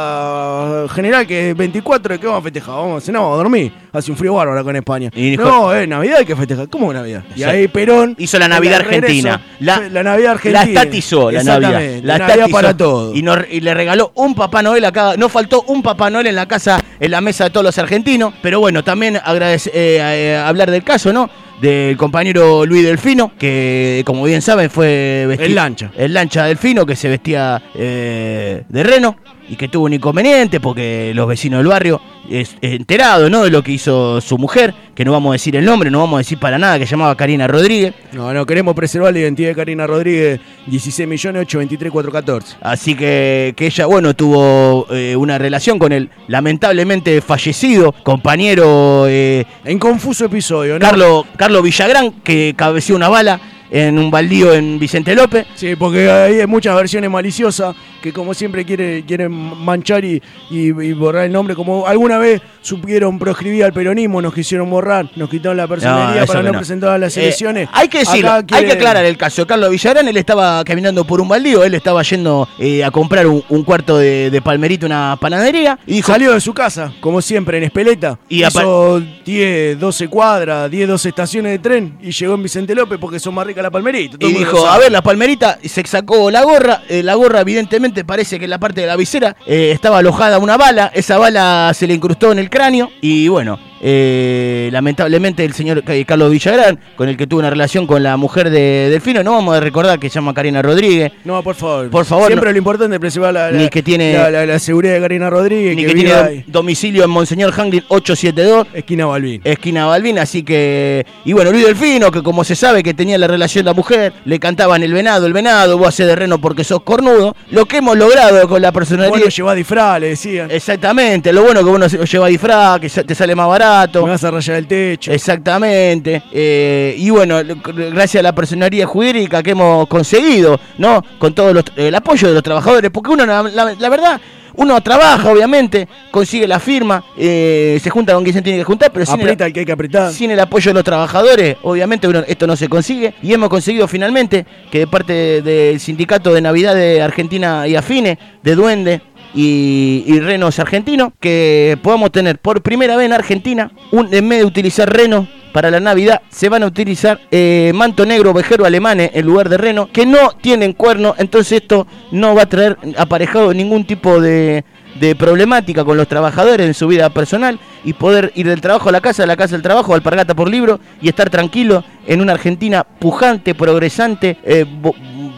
S13: festejar, general, que es 24, ¿qué vamos a festejar? Vamos a cenar, vamos a dormir. Hace un frío bárbaro acá en España.
S12: dijo-
S13: no, eh, Navidad hay que festejar. ¿Cómo Navidad? Y
S12: Exacto.
S13: ahí Perón...
S12: Hizo la
S13: en
S12: Navidad
S13: el regreso,
S12: argentina.
S13: La, Navidad argentina.
S12: La estatizó, la Navidad.
S13: Exactamente,
S12: La
S13: Navidad
S12: estatizó.
S13: para todos.
S12: Y, nos- y le regaló un Papá Noel a cada. No faltó un Papá Noel en la casa, en la mesa de todos los argentinos. Pero bueno, también agradece- eh, a- eh, hablar del caso, ¿no? Del compañero Luis Delfino, que como bien saben fue vestido.
S13: El lancha.
S12: El lancha Delfino, que se vestía eh, de reno y que tuvo un inconveniente porque los vecinos del barrio, es, enterado, ¿no? De lo que hizo su mujer, que no vamos a decir el nombre, no vamos a decir para nada, que se llamaba Karina Rodríguez.
S13: No, no, queremos preservar la identidad de Karina Rodríguez, 16 millones 414.
S12: Así que, que ella, bueno, tuvo eh, una relación con el lamentablemente fallecido compañero eh,
S13: En confuso episodio, ¿no?
S12: Carlos, Carlos Villagrán, que cabeció una bala en un baldío en Vicente López.
S13: Sí, porque ahí hay muchas versiones maliciosas que como siempre quiere- quieren manchar y, y- y borrar el nombre. Como alguna vez supieron proscribir al peronismo, nos quisieron borrar, nos quitaron la personalidad
S12: eso
S13: para
S12: que
S13: no,
S12: no.
S13: presentar a las
S12: Eh,
S13: elecciones.
S12: hay que decirlo,
S13: Acá
S12: hay
S13: quieren-
S12: que aclarar el caso. Carlos Villagrán, él estaba caminando por un baldío, él estaba yendo eh, a comprar un, un cuarto de, de palmerito, una panadería, y dijo,
S13: Salió de su casa, como siempre, en Espeleta.
S12: Y
S13: hizo 10, 12 cuadras, 10, 12 estaciones de tren y llegó en Vicente López porque son más ricas la palmerita. todo
S12: Y
S13: el mundo
S12: dijo,
S13: lo
S12: a
S13: sabe.
S12: ver, la palmerita, y se sacó la gorra, eh, la gorra evidentemente parece que en la parte de la visera eh, estaba alojada una bala, esa bala se le incrustó en el cráneo y bueno, eh, lamentablemente el señor Ca- Carlos Villagrán, con el que tuvo una relación con la mujer de Delfino, no vamos a recordar que se llama Karina Rodríguez,
S13: No, por favor.
S12: Por favor,
S13: Siempre
S12: no-
S13: lo importante es preservar la, la-
S12: Ni que tiene-
S13: la, la- la seguridad de Karina Rodríguez.
S12: ni
S13: que
S12: que
S13: vive
S12: tiene
S13: ahí.
S12: dom- domicilio en Monseñor Hanglin 872,
S13: Esquina Balvin.
S12: esquina Balvin, así que. Y bueno, Luis Delfino, que como se sabe que tenía la relación la mujer, le cantaban el venado, el venado, vos haces de reno porque sos cornudo. Lo que hemos logrado con la personalidad.
S13: Vos no llevás disfraz, le decían.
S12: Exactamente, lo bueno que uno se- lleva disfraz, que sa- te sale más barato.
S13: Me vas a rayar el techo.
S12: Exactamente. eh, y bueno, lo- gracias a la personería jurídica que hemos conseguido, ¿no? Con todo el apoyo de los trabajadores, porque uno, la, la- la verdad, uno trabaja, obviamente, consigue la firma, eh, se junta con quien se tiene que juntar, pero sin el-
S13: Aprieta el que hay que apretar.
S12: sin el apoyo de los trabajadores, obviamente bueno, esto no se consigue. Y hemos conseguido finalmente que de parte del Sindicato de Navidad de Argentina y Afines, de Duende y, y Renos Argentinos, que podamos tener por primera vez en Argentina, un, en vez de utilizar renos para la Navidad, se van a utilizar eh, manto negro ovejero alemanes en lugar de reno, que no tienen cuerno, entonces esto no va a traer aparejado ningún tipo de, de problemática con los trabajadores en su vida personal y poder ir del trabajo a la casa, de la casa al trabajo, alpargata por libro y estar tranquilo en una Argentina pujante, progresante, eh, bu-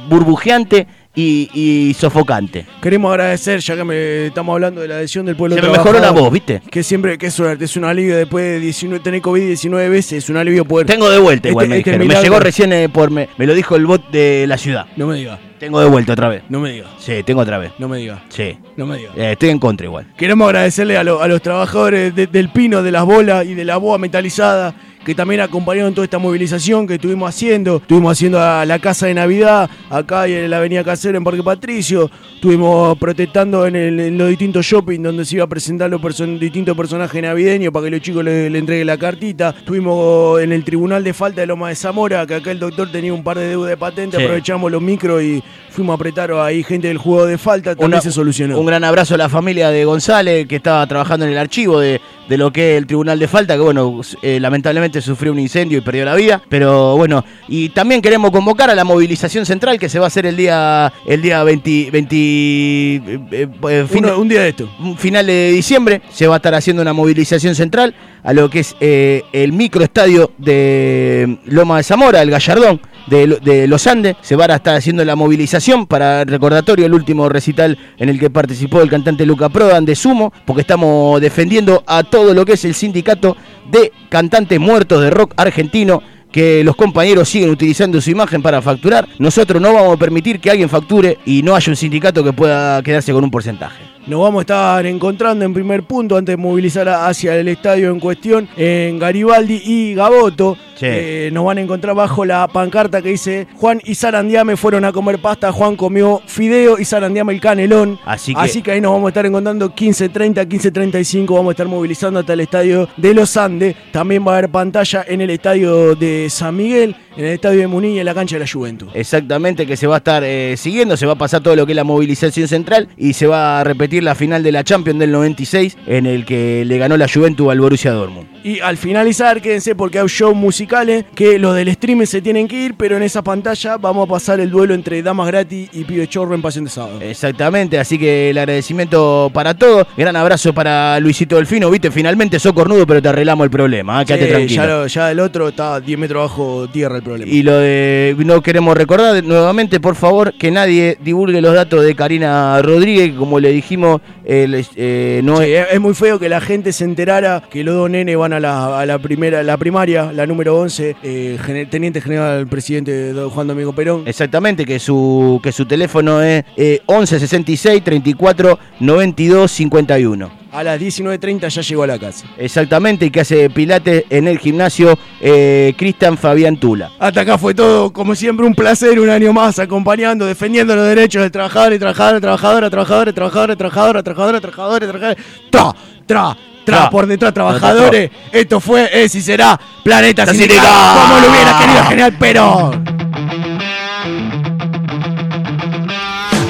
S12: burbujeante y, y sofocante.
S13: Queremos agradecer, ya que me- estamos hablando de la adhesión del pueblo
S12: Se me mejoró
S13: trabajador,
S12: la voz, ¿viste?
S13: Que siempre, qué suerte, es un alivio después de 19, tener COVID 19 veces, es un alivio poder.
S12: Tengo de vuelta igual,
S13: Este-
S12: me
S13: este
S12: dijeron. Me
S13: milagro-
S12: llegó recién eh, por. Me, me lo dijo el bot de la ciudad.
S13: No me diga.
S12: Tengo de vuelta otra vez.
S13: No me diga.
S12: Sí, tengo otra vez.
S13: No me diga.
S12: Sí.
S13: No me diga.
S12: Eh, estoy en contra igual.
S13: Queremos agradecerle a, lo- a los trabajadores de- del pino, de las bolas y de la boa metalizada que también acompañaron toda esta movilización que estuvimos haciendo. Estuvimos haciendo a la Casa de Navidad, acá en la Avenida Casero, en Parque Patricio. Estuvimos protestando en, el- en los distintos shopping donde se iba a presentar los person- distintos personajes navideños para que los chicos le, le entreguen la cartita. Estuvimos en el Tribunal de Falta de Loma de Zamora, que acá el doctor tenía un par de deudas de patente.
S12: Sí.
S13: Aprovechamos los micros y fuimos a apretar ahí gente del juego de falta. También
S12: Una-
S13: se solucionó.
S12: Un gran abrazo a la familia de González que estaba trabajando en el archivo de, de lo que es el Tribunal de Falta, que bueno, eh, lamentablemente sufrió un incendio y perdió la vida. Pero bueno, y también queremos convocar a la movilización central que se va a hacer el día el día 20, 20, eh, eh, fin-
S13: Uno- un día de esto.
S12: un final de diciembre se va a estar haciendo una movilización central a lo que es eh, el microestadio de mm, Loma de Zamora, el Gallardón de, Lo- de los Andes. Se va a estar haciendo la movilización para recordatorio el último recital en el que participó el cantante Luca Prodan de Sumo, porque estamos defendiendo a todo lo que es el sindicato de cantantes muertos de rock argentino que los compañeros siguen utilizando su imagen para facturar, nosotros no vamos a permitir que alguien facture y no haya un sindicato que pueda quedarse con un porcentaje.
S13: Nos vamos a estar encontrando en primer punto antes de movilizar a- hacia el estadio en cuestión en Garibaldi y Gaboto.
S12: Sí.
S13: Eh, nos van a encontrar bajo la pancarta que dice Juan y Sarandiame fueron a comer pasta, Juan comió fideo y Sarandiame el canelón.
S12: Así que-
S13: ahí nos vamos a estar encontrando 15.30, 15.35, vamos a estar movilizando hasta el estadio de Los Andes. También va a haber pantalla en el estadio de San Miguel, en el estadio de Muní y en la cancha de la Juventud.
S12: Exactamente, que se va a estar eh, siguiendo, se va a pasar todo lo que es la movilización central y se va a repetir la final de la Champions del 96 en el que le ganó la Juventus al Borussia Dortmund.
S13: Y al finalizar, quédense porque hay shows musicales que los del streaming se tienen que ir, pero en esa pantalla vamos a pasar el duelo entre Damas Gratis y Pibe Chorro en Pasión de Sábado.
S12: Eh, Exactamente, así que el agradecimiento para todos. Gran abrazo para Luisito Delfino, viste, finalmente sos cornudo, pero te arreglamos el problema, ¿ah? quédate
S13: Sí,
S12: tranquilo.
S13: Eh, Ya, lo- ya el otro está 10 metros bajo tierra el problema.
S12: Y lo de no queremos recordar nuevamente, por favor, que nadie divulgue los datos de Karina Rodríguez, que como le dijimos, eh, les- eh, no
S13: Sí, es, es muy feo que la gente se enterara que los dos nenes van a la, a la primera, la primaria, la número 11, eh, gene- Teniente General Presidente don Juan Domingo Perón.
S12: Exactamente, que su, que su teléfono es eh, 11 66 34 92 51.
S13: A las 19.30 ya llegó a la casa.
S12: Exactamente, y que hace pilates en el gimnasio eh, Cristian Fabián Tula.
S13: Hasta acá fue todo, como siempre, un placer, un año más, acompañando, defendiendo los derechos del trabajador y trabajadora, trabajadora, trabajadora, trabajadora, trabajadora, trabajadora, trabajadora, trabajadora, tra, tra, tra,
S12: Tra.
S13: por detrás, trabajadores. Esto fue, es y será Planeta
S12: La
S13: Sindical,
S12: Sindical.
S13: como lo hubiera querido el General Perón.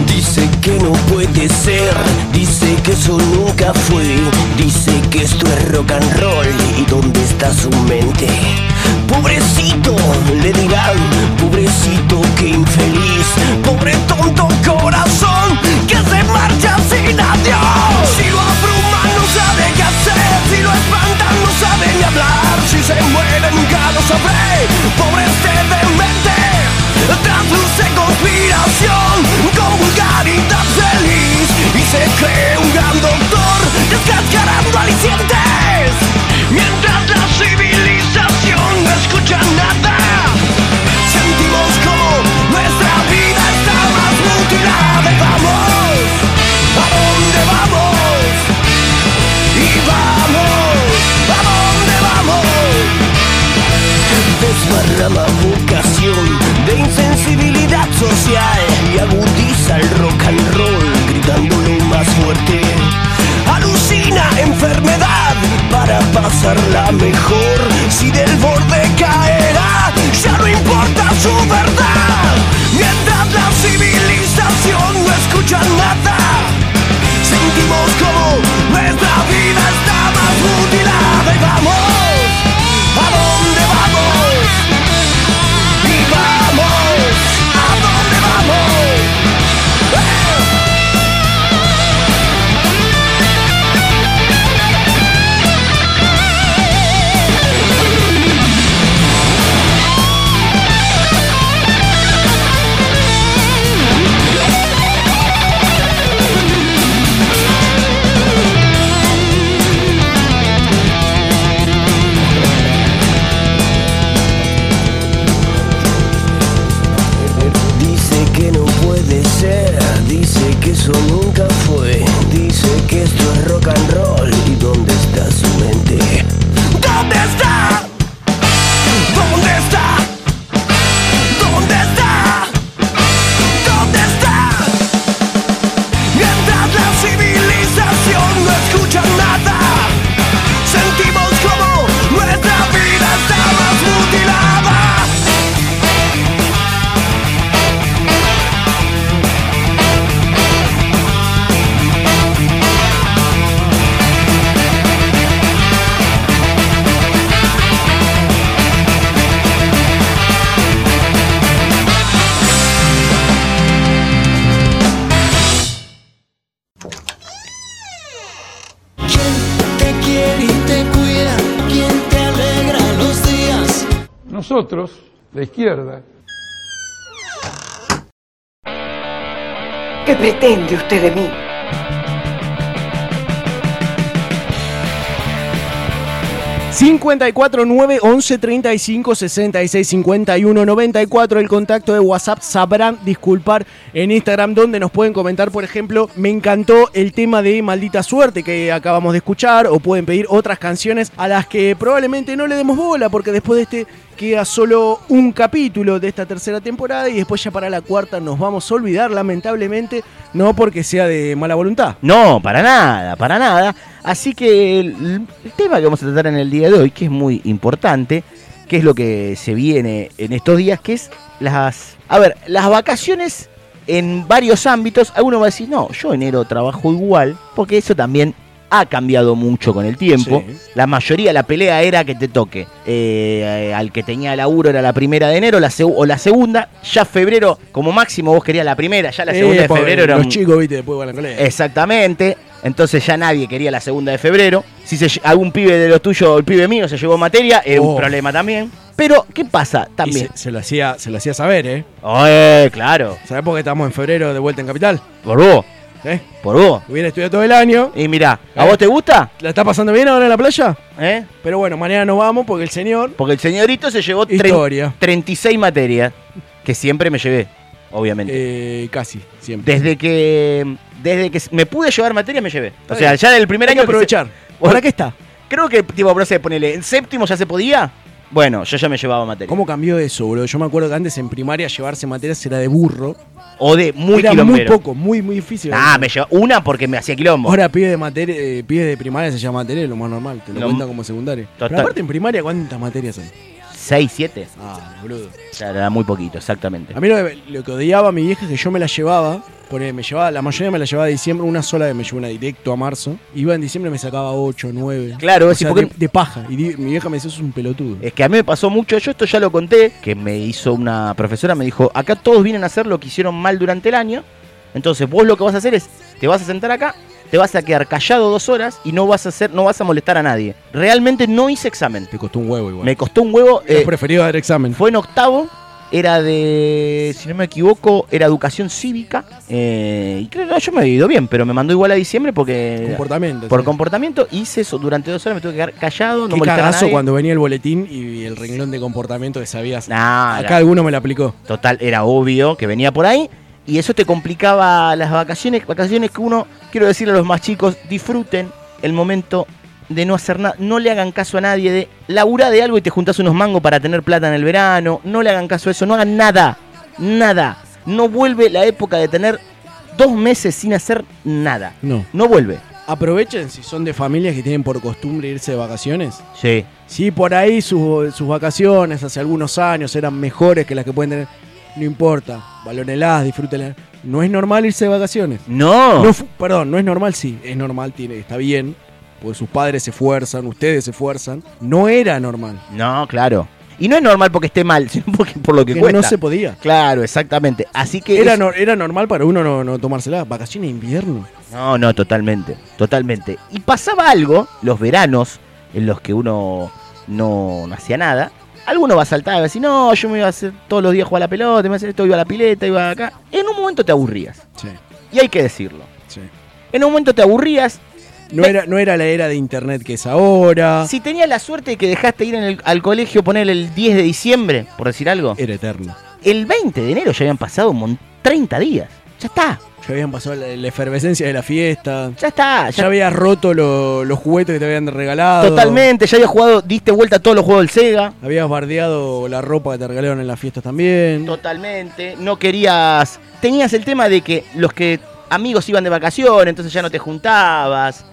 S16: Dice que no puede ser, dice que eso nunca fue, dice que esto es rock and roll y dónde está su mente. Pobrecito, le dirán, pobrecito que infeliz, pobre tonto corazón que se marcha sin adiós. Si lo abruman no sabe qué hacer, si lo espantan no sabe ni hablar, si se muere nunca lo sabré, pobre este demente. Tras dulce conspiración con vulgaridad feliz Y se cree un gran doctor descascarando alicientes Mientras la civilización no escucha nada Sentimos como nuestra vida está más mutilada Y vamos, ¿a dónde vamos? Y vamos, ¿a dónde vamos? Desbarrama vocación de insensibilidad social y agudiza el rock and roll gritándolo más fuerte. Alucina enfermedad para pasarla mejor. Si del borde caerá, ya no importa su verdad. Mientras la civilización no escucha nada, sentimos como nuestra vida está más mutilada y vamos. ¿A dónde vamos? Y vamos, ¿a dónde vamos? ¡Eh!
S4: nosotros, la izquierda,
S17: ¿Qué pretende usted de mí?
S18: nueve 11 35 66 51 94 el contacto de WhatsApp sabrán disculpar en Instagram donde nos pueden comentar por ejemplo me encantó el tema de maldita suerte que acabamos de escuchar o pueden pedir otras canciones a las que probablemente no le demos bola porque después de este queda solo un capítulo de esta tercera temporada y después ya para la cuarta nos vamos a olvidar lamentablemente no porque sea de mala voluntad
S12: No, para nada, para nada. Así que el, el tema que vamos a tratar en el día de hoy, que es muy importante, que es lo que se viene en estos días, que es las... A ver, las vacaciones en varios ámbitos. Alguno va a decir, no, yo enero trabajo igual, porque eso también ha cambiado mucho con el tiempo.
S19: Sí.
S12: La mayoría, la pelea era que te toque. Eh, eh, al que tenía laburo era la primera de enero la seg- o la segunda. Ya febrero, como máximo, vos querías la primera, ya la
S13: Eh,
S12: segunda de
S13: pobre,
S12: febrero era
S13: Los
S12: un-
S13: chicos, viste, después van al colegio.
S12: Exactamente. Entonces ya nadie quería la segunda de febrero. Si se lle- algún pibe de los tuyos o el pibe mío se llevó materia, es un
S13: Oh.
S12: problema también. Pero, ¿qué pasa?
S13: Y
S12: También.
S13: se, se lo hacía, se lo hacía saber, ¿eh?
S12: Eh, claro.
S13: ¿Sabés por qué estamos en febrero de vuelta en Capital?
S12: Por vos.
S13: ¿Eh?
S12: Por vos.
S13: Hubiera estudiado todo el año.
S12: Y mirá, ¿a
S13: Eh.
S12: vos te gusta?
S13: ¿La está pasando bien ahora en la playa?
S12: ¿Eh?
S13: Pero bueno, mañana nos vamos porque el señor.
S12: Porque el señorito se llevó tre-
S13: Historia.
S12: 36 materias que siempre me llevé, obviamente.
S13: eh, casi, siempre.
S12: Desde que desde que me pude llevar materias me llevé. O
S13: Está
S12: sea,
S13: bien.
S12: ya del primer
S13: Hay
S12: año
S13: que aprovechar.
S12: ¿Para
S13: qué está?
S12: Creo que tipo, no sé, ponele, en séptimo ya se podía. Bueno, yo ya me llevaba materia.
S13: ¿Cómo cambió eso, bro? Yo me acuerdo que antes en primaria llevarse materias era de burro.
S12: O de muy
S13: era muy
S12: quilombero.
S13: poco, muy, muy difícil.
S12: Ah, me llevaba una porque me hacía quilombo.
S13: Ahora pibe de materia, eh, pibe de primaria se llama materia, lo más normal, te lo
S12: Lo-
S13: cuentan como secundaria.
S12: Total.
S13: Pero aparte en primaria, ¿cuántas materias hay?
S12: 6, 7.
S13: Ah, boludo.
S12: Era muy poquito, exactamente.
S13: A mí lo, que- lo que odiaba a mi vieja es que yo me la llevaba, porque me llevaba, la mayoría me la llevaba a diciembre, una sola vez me llevó una directo a marzo. Iba en diciembre y me sacaba 8, 9.
S12: Claro,
S13: o
S12: sí,
S13: sea,
S12: porque-
S13: de, de paja. Y di- mi vieja me decía, sos un pelotudo.
S12: Es que a mí me pasó mucho, yo esto ya lo conté, que me hizo una profesora, me dijo, acá todos vienen a hacer lo que hicieron mal durante el año, entonces vos lo que vas a hacer es, te vas a sentar acá, te vas a quedar callado dos horas y no vas a hacer, no vas a molestar a nadie. Realmente no hice examen.
S13: Te costó un huevo igual.
S12: Me costó un huevo.
S13: Hubieras
S12: eh,
S13: preferido dar examen.
S12: Fue en octavo, era de, si no me equivoco, era educación cívica. eh, y creo que yo me he ido bien, pero me mandó igual a diciembre porque...
S13: Comportamiento,
S12: Por
S13: sí.
S12: comportamiento hice eso durante dos horas, me tuve que quedar callado, no
S13: Qué
S12: molestar a
S13: cagazo
S12: nadie.
S13: cuando venía el boletín y el renglón de comportamiento que sabías.
S12: Ah,
S13: Acá
S12: la-
S13: alguno me la aplicó.
S12: Total, era obvio que venía por ahí. Y eso te complicaba las vacaciones. Vacaciones que uno, quiero decirle a los más chicos, disfruten el momento de no hacer nada. No le hagan caso a nadie de laburá de algo y te juntás unos mangos para tener plata en el verano. No le hagan caso a eso. No hagan nada. Nada. No vuelve la época de tener dos meses sin hacer nada.
S13: No.
S12: No vuelve.
S13: Aprovechen si son de familias que tienen por costumbre irse de vacaciones.
S12: Sí.
S13: Si por ahí sus, sus vacaciones hace algunos años eran mejores que las que pueden tener, no importa. Baloneladas, disfrútenlas. No es normal irse de vacaciones.
S12: No.
S13: No fu- perdón, no es normal, sí. Es normal, tiene, está bien. Porque sus padres se esfuerzan, ustedes se esfuerzan. No era normal.
S12: No, claro. Y no es normal porque esté mal, (laughs) sino porque por lo que,
S13: Que
S12: cuesta.
S13: no se podía.
S12: Claro, exactamente. Así que
S13: Era,
S12: es-
S13: nor- era normal para uno no, no tomársela. Vacaciones de invierno.
S12: No, no, totalmente, totalmente. Y pasaba algo, los veranos en los que uno no, no hacía nada. Alguno va a saltar y va a decir, no, yo me iba a hacer todos los días a jugar a la pelota, me iba a hacer esto, iba a la pileta, iba acá. En un momento te aburrías.
S13: Sí.
S12: Y hay que decirlo.
S13: Sí.
S12: En un momento te aburrías.
S13: No era, no era la era de internet que es ahora.
S12: Si tenías la suerte de que dejaste ir en el- al colegio poner el 10 de diciembre, por decir algo.
S13: Era eterno.
S12: El 20 de enero ya habían pasado un mon- 30 días. Ya está.
S13: Ya habían pasado la, la efervescencia de la fiesta.
S12: Ya está.
S13: Ya, habías roto lo- los juguetes que te habían regalado.
S12: Totalmente, ya habías jugado, diste vuelta a todos los juegos del Sega.
S13: Habías bardeado la ropa que te regalaron en las fiestas también.
S12: Totalmente. No querías. Tenías el tema de que los que amigos iban de vacaciones, entonces ya no te juntabas.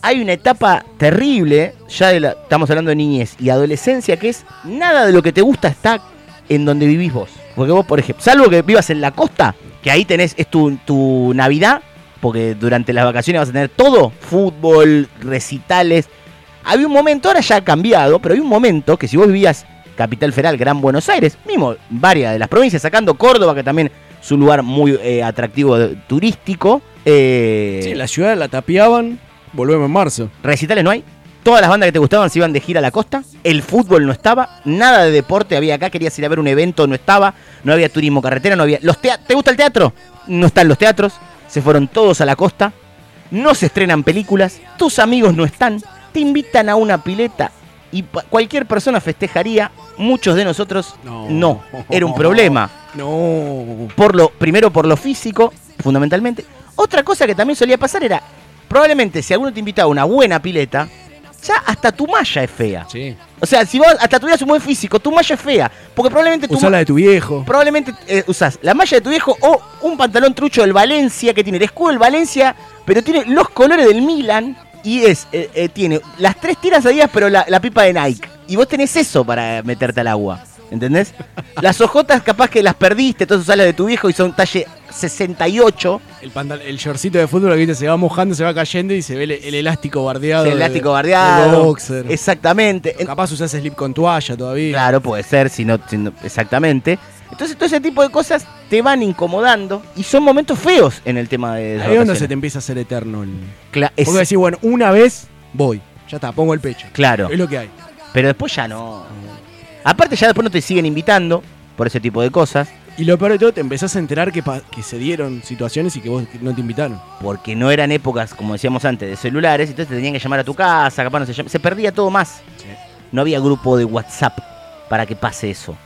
S12: Hay una etapa terrible, ya de la, estamos hablando de niñez y adolescencia, que es nada de lo que te gusta está en donde vivís vos. Porque vos, por ejemplo, salvo que vivas en la costa, que ahí tenés, es tu, tu Navidad, porque durante las vacaciones vas a tener todo, fútbol, recitales. Había un momento, ahora ya ha cambiado, pero había un momento que si vos vivías Capital Federal, Gran Buenos Aires, mismo varias de las provincias, sacando Córdoba, que también es un lugar muy eh, atractivo eh, turístico. eh,
S13: Sí, la ciudad la tapiaban. Volvemos en marzo.
S12: ¿Recitales no hay? Todas las bandas que te gustaban se iban de gira a la costa. El fútbol no estaba. Nada de deporte había acá. Querías ir a ver un evento, no estaba. No había turismo carretera, no había. Los tea- ¿Te gusta el teatro? No están los teatros. Se fueron todos a la costa. No se estrenan películas. Tus amigos no están. Te invitan a una pileta. Y pa- cualquier persona festejaría. Muchos de nosotros no. Era un problema.
S13: (laughs) No.
S12: Por lo, primero por lo físico, fundamentalmente. Otra cosa que también solía pasar era, probablemente si alguno te invitaba a una buena pileta, ya hasta tu malla es fea. O sea, si vos hasta tuvieras un buen físico, tu malla es fea. Porque probablemente tu
S13: Usá la de tu viejo.
S12: Probablemente eh, usás la malla de tu viejo o un pantalón trucho del Valencia que tiene el escudo del Valencia, pero tiene los colores del Milan y es eh, eh, tiene las tres tiras adidas pero la, la pipa de Nike. Y vos tenés eso para meterte al agua. ¿Entendés? Las ojotas capaz que las perdiste, entonces usás las de tu viejo y son talle 68.
S13: El, pantal- el shortcito de fútbol que viste, se va mojando, se va cayendo y se ve el, el elástico bardeado.
S12: El
S13: de-
S12: elástico bardeado.
S13: del boxer.
S12: Exactamente.
S13: Capaz usás slip con toalla todavía.
S12: Claro, puede ser, si no, si no- exactamente. Entonces todo ese tipo de cosas te van incomodando y son momentos feos en el tema de...
S13: Ahí es donde
S12: rotaciones.
S13: se te empieza a hacer eterno. El...
S12: Cla- es-
S13: Porque decís, bueno, una vez voy. Ya está, pongo el pecho.
S12: Claro.
S13: Es lo que hay.
S12: Pero después ya no. eh, Aparte ya después no te siguen invitando por ese tipo de cosas.
S13: Y lo peor de todo, te empezás a enterar que, pa- que se dieron situaciones y que vos no te invitaron.
S12: Porque no eran épocas, como decíamos antes, de celulares, entonces te tenían que llamar a tu casa, capaz no se llam- Se perdía todo más. No había grupo de WhatsApp para que pase eso.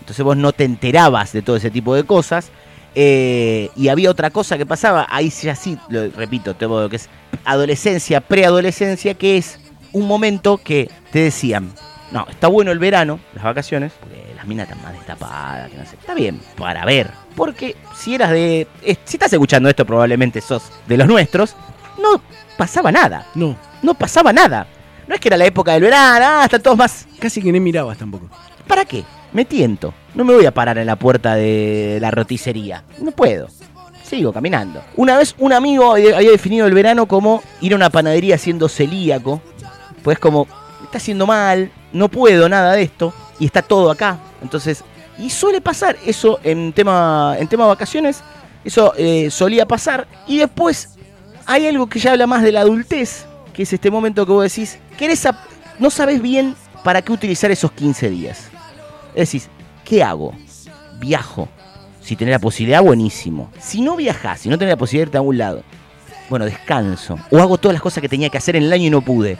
S12: Entonces vos no te enterabas de todo ese tipo de cosas. Eh, y había otra cosa que pasaba, ahí sí, así, lo repito, te lo que es adolescencia, preadolescencia, que es un momento que te decían, no, está bueno el verano, las vacaciones, porque las minas están más destapadas, que no sé, está bien, para ver, porque si eras de, es- si estás escuchando esto probablemente sos de los nuestros, no pasaba nada,
S13: no,
S12: no pasaba nada, no es que era la época del verano, ah, están todos más,
S13: casi que ni mirabas tampoco,
S12: ¿para qué? Me tiento, no me voy a parar en la puerta de la roticería, no puedo. Sigo caminando. Una vez un amigo había había definido el verano como ir a una panadería siendo celíaco. Pues como, me está haciendo mal, no puedo nada de esto, y está todo acá. Entonces, y suele pasar eso en tema, en tema vacaciones, eso eh, solía pasar. Y después hay algo que ya habla más de la adultez, que es este momento que vos decís, querés ap- no sabes bien para qué utilizar esos 15 días. Decís, ¿qué hago? Viajo. Si tenés la posibilidad, buenísimo. Si no viajás, si no tenés la posibilidad de irte a algún lado, bueno, descanso. O hago todas las cosas que tenía que hacer en el año y no pude.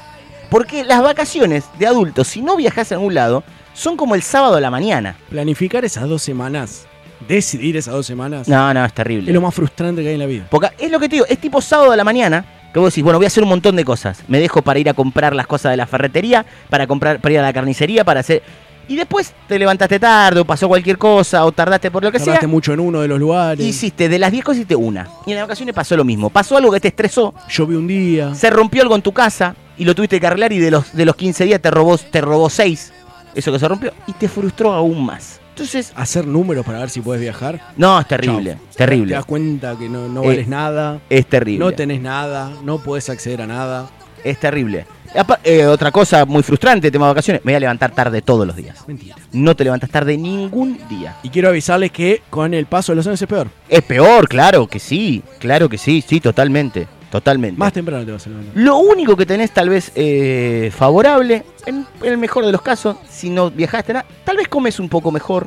S12: Porque las vacaciones de adultos, si no viajas a algún lado, son como el sábado a la mañana.
S13: Planificar esas dos semanas, decidir esas dos semanas,
S12: No, no, es terrible.
S13: es lo más frustrante que hay en la vida.
S12: Porque es lo que te digo, es tipo sábado a la mañana que vos decís, bueno, voy a hacer un montón de cosas. Me dejo para ir a comprar las cosas de la ferretería, para comprar, para ir a la carnicería, para hacer. Y después te levantaste tarde, o pasó cualquier cosa, o tardaste por lo que
S13: Tardaste
S12: sea.
S13: mucho en uno de los lugares.
S12: Hiciste, de las 10 cosas hiciste una. Y en las vacaciones pasó lo mismo. Pasó algo que te estresó.
S13: Llovió un día.
S12: Se rompió algo en tu casa y lo tuviste que arreglar y de los, de los 15 días te robó, te robó 6. Eso que se rompió. Y te frustró aún más. Entonces,
S13: hacer números para ver si puedes viajar.
S12: No, es terrible.
S13: Chau. Te
S12: Terrible.
S13: das cuenta que no, no vales
S12: Eh,
S13: nada.
S12: es terrible.
S13: No tenés nada, no podés acceder a nada.
S12: Es terrible. Apa- eh, otra cosa muy frustrante, tema de vacaciones, me voy a levantar tarde todos los días.
S13: Mentira.
S12: No te levantas tarde ningún día.
S13: Y quiero avisarles que con el paso de los años es peor.
S12: Es peor, claro que sí, claro que sí, sí, totalmente, totalmente.
S13: Más temprano te vas a levantar.
S12: Lo único que tenés tal vez eh, favorable, en, en el mejor de los casos, si no viajaste nada, tal vez comes un poco mejor,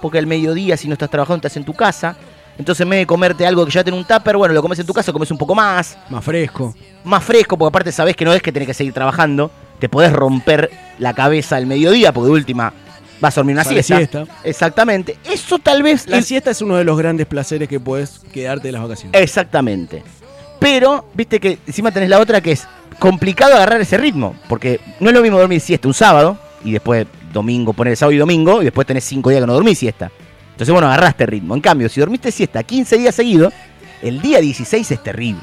S12: porque al mediodía si no estás trabajando estás en tu casa, entonces en vez de comerte algo que ya tiene un tupper, bueno, lo comes en tu casa, comes un poco más,
S13: Más fresco.
S12: más fresco, porque aparte sabés que no es que tenés que seguir trabajando, te podés romper la cabeza al mediodía, porque de última vas a dormir una
S13: Sale
S12: siesta.
S13: siesta.
S12: Exactamente, eso tal vez...
S13: La
S12: el-
S13: siesta es uno de los grandes placeres que puedes quedarte de las vacaciones.
S12: Exactamente. Pero, viste que encima tenés la otra que es complicado agarrar ese ritmo. Porque no es lo mismo dormir siesta un sábado y después domingo, poner sábado y domingo y después tenés cinco días que no dormís siesta. Entonces, bueno, agarraste ritmo. En cambio, si dormiste siesta 15 días seguidos, el día 16 es terrible.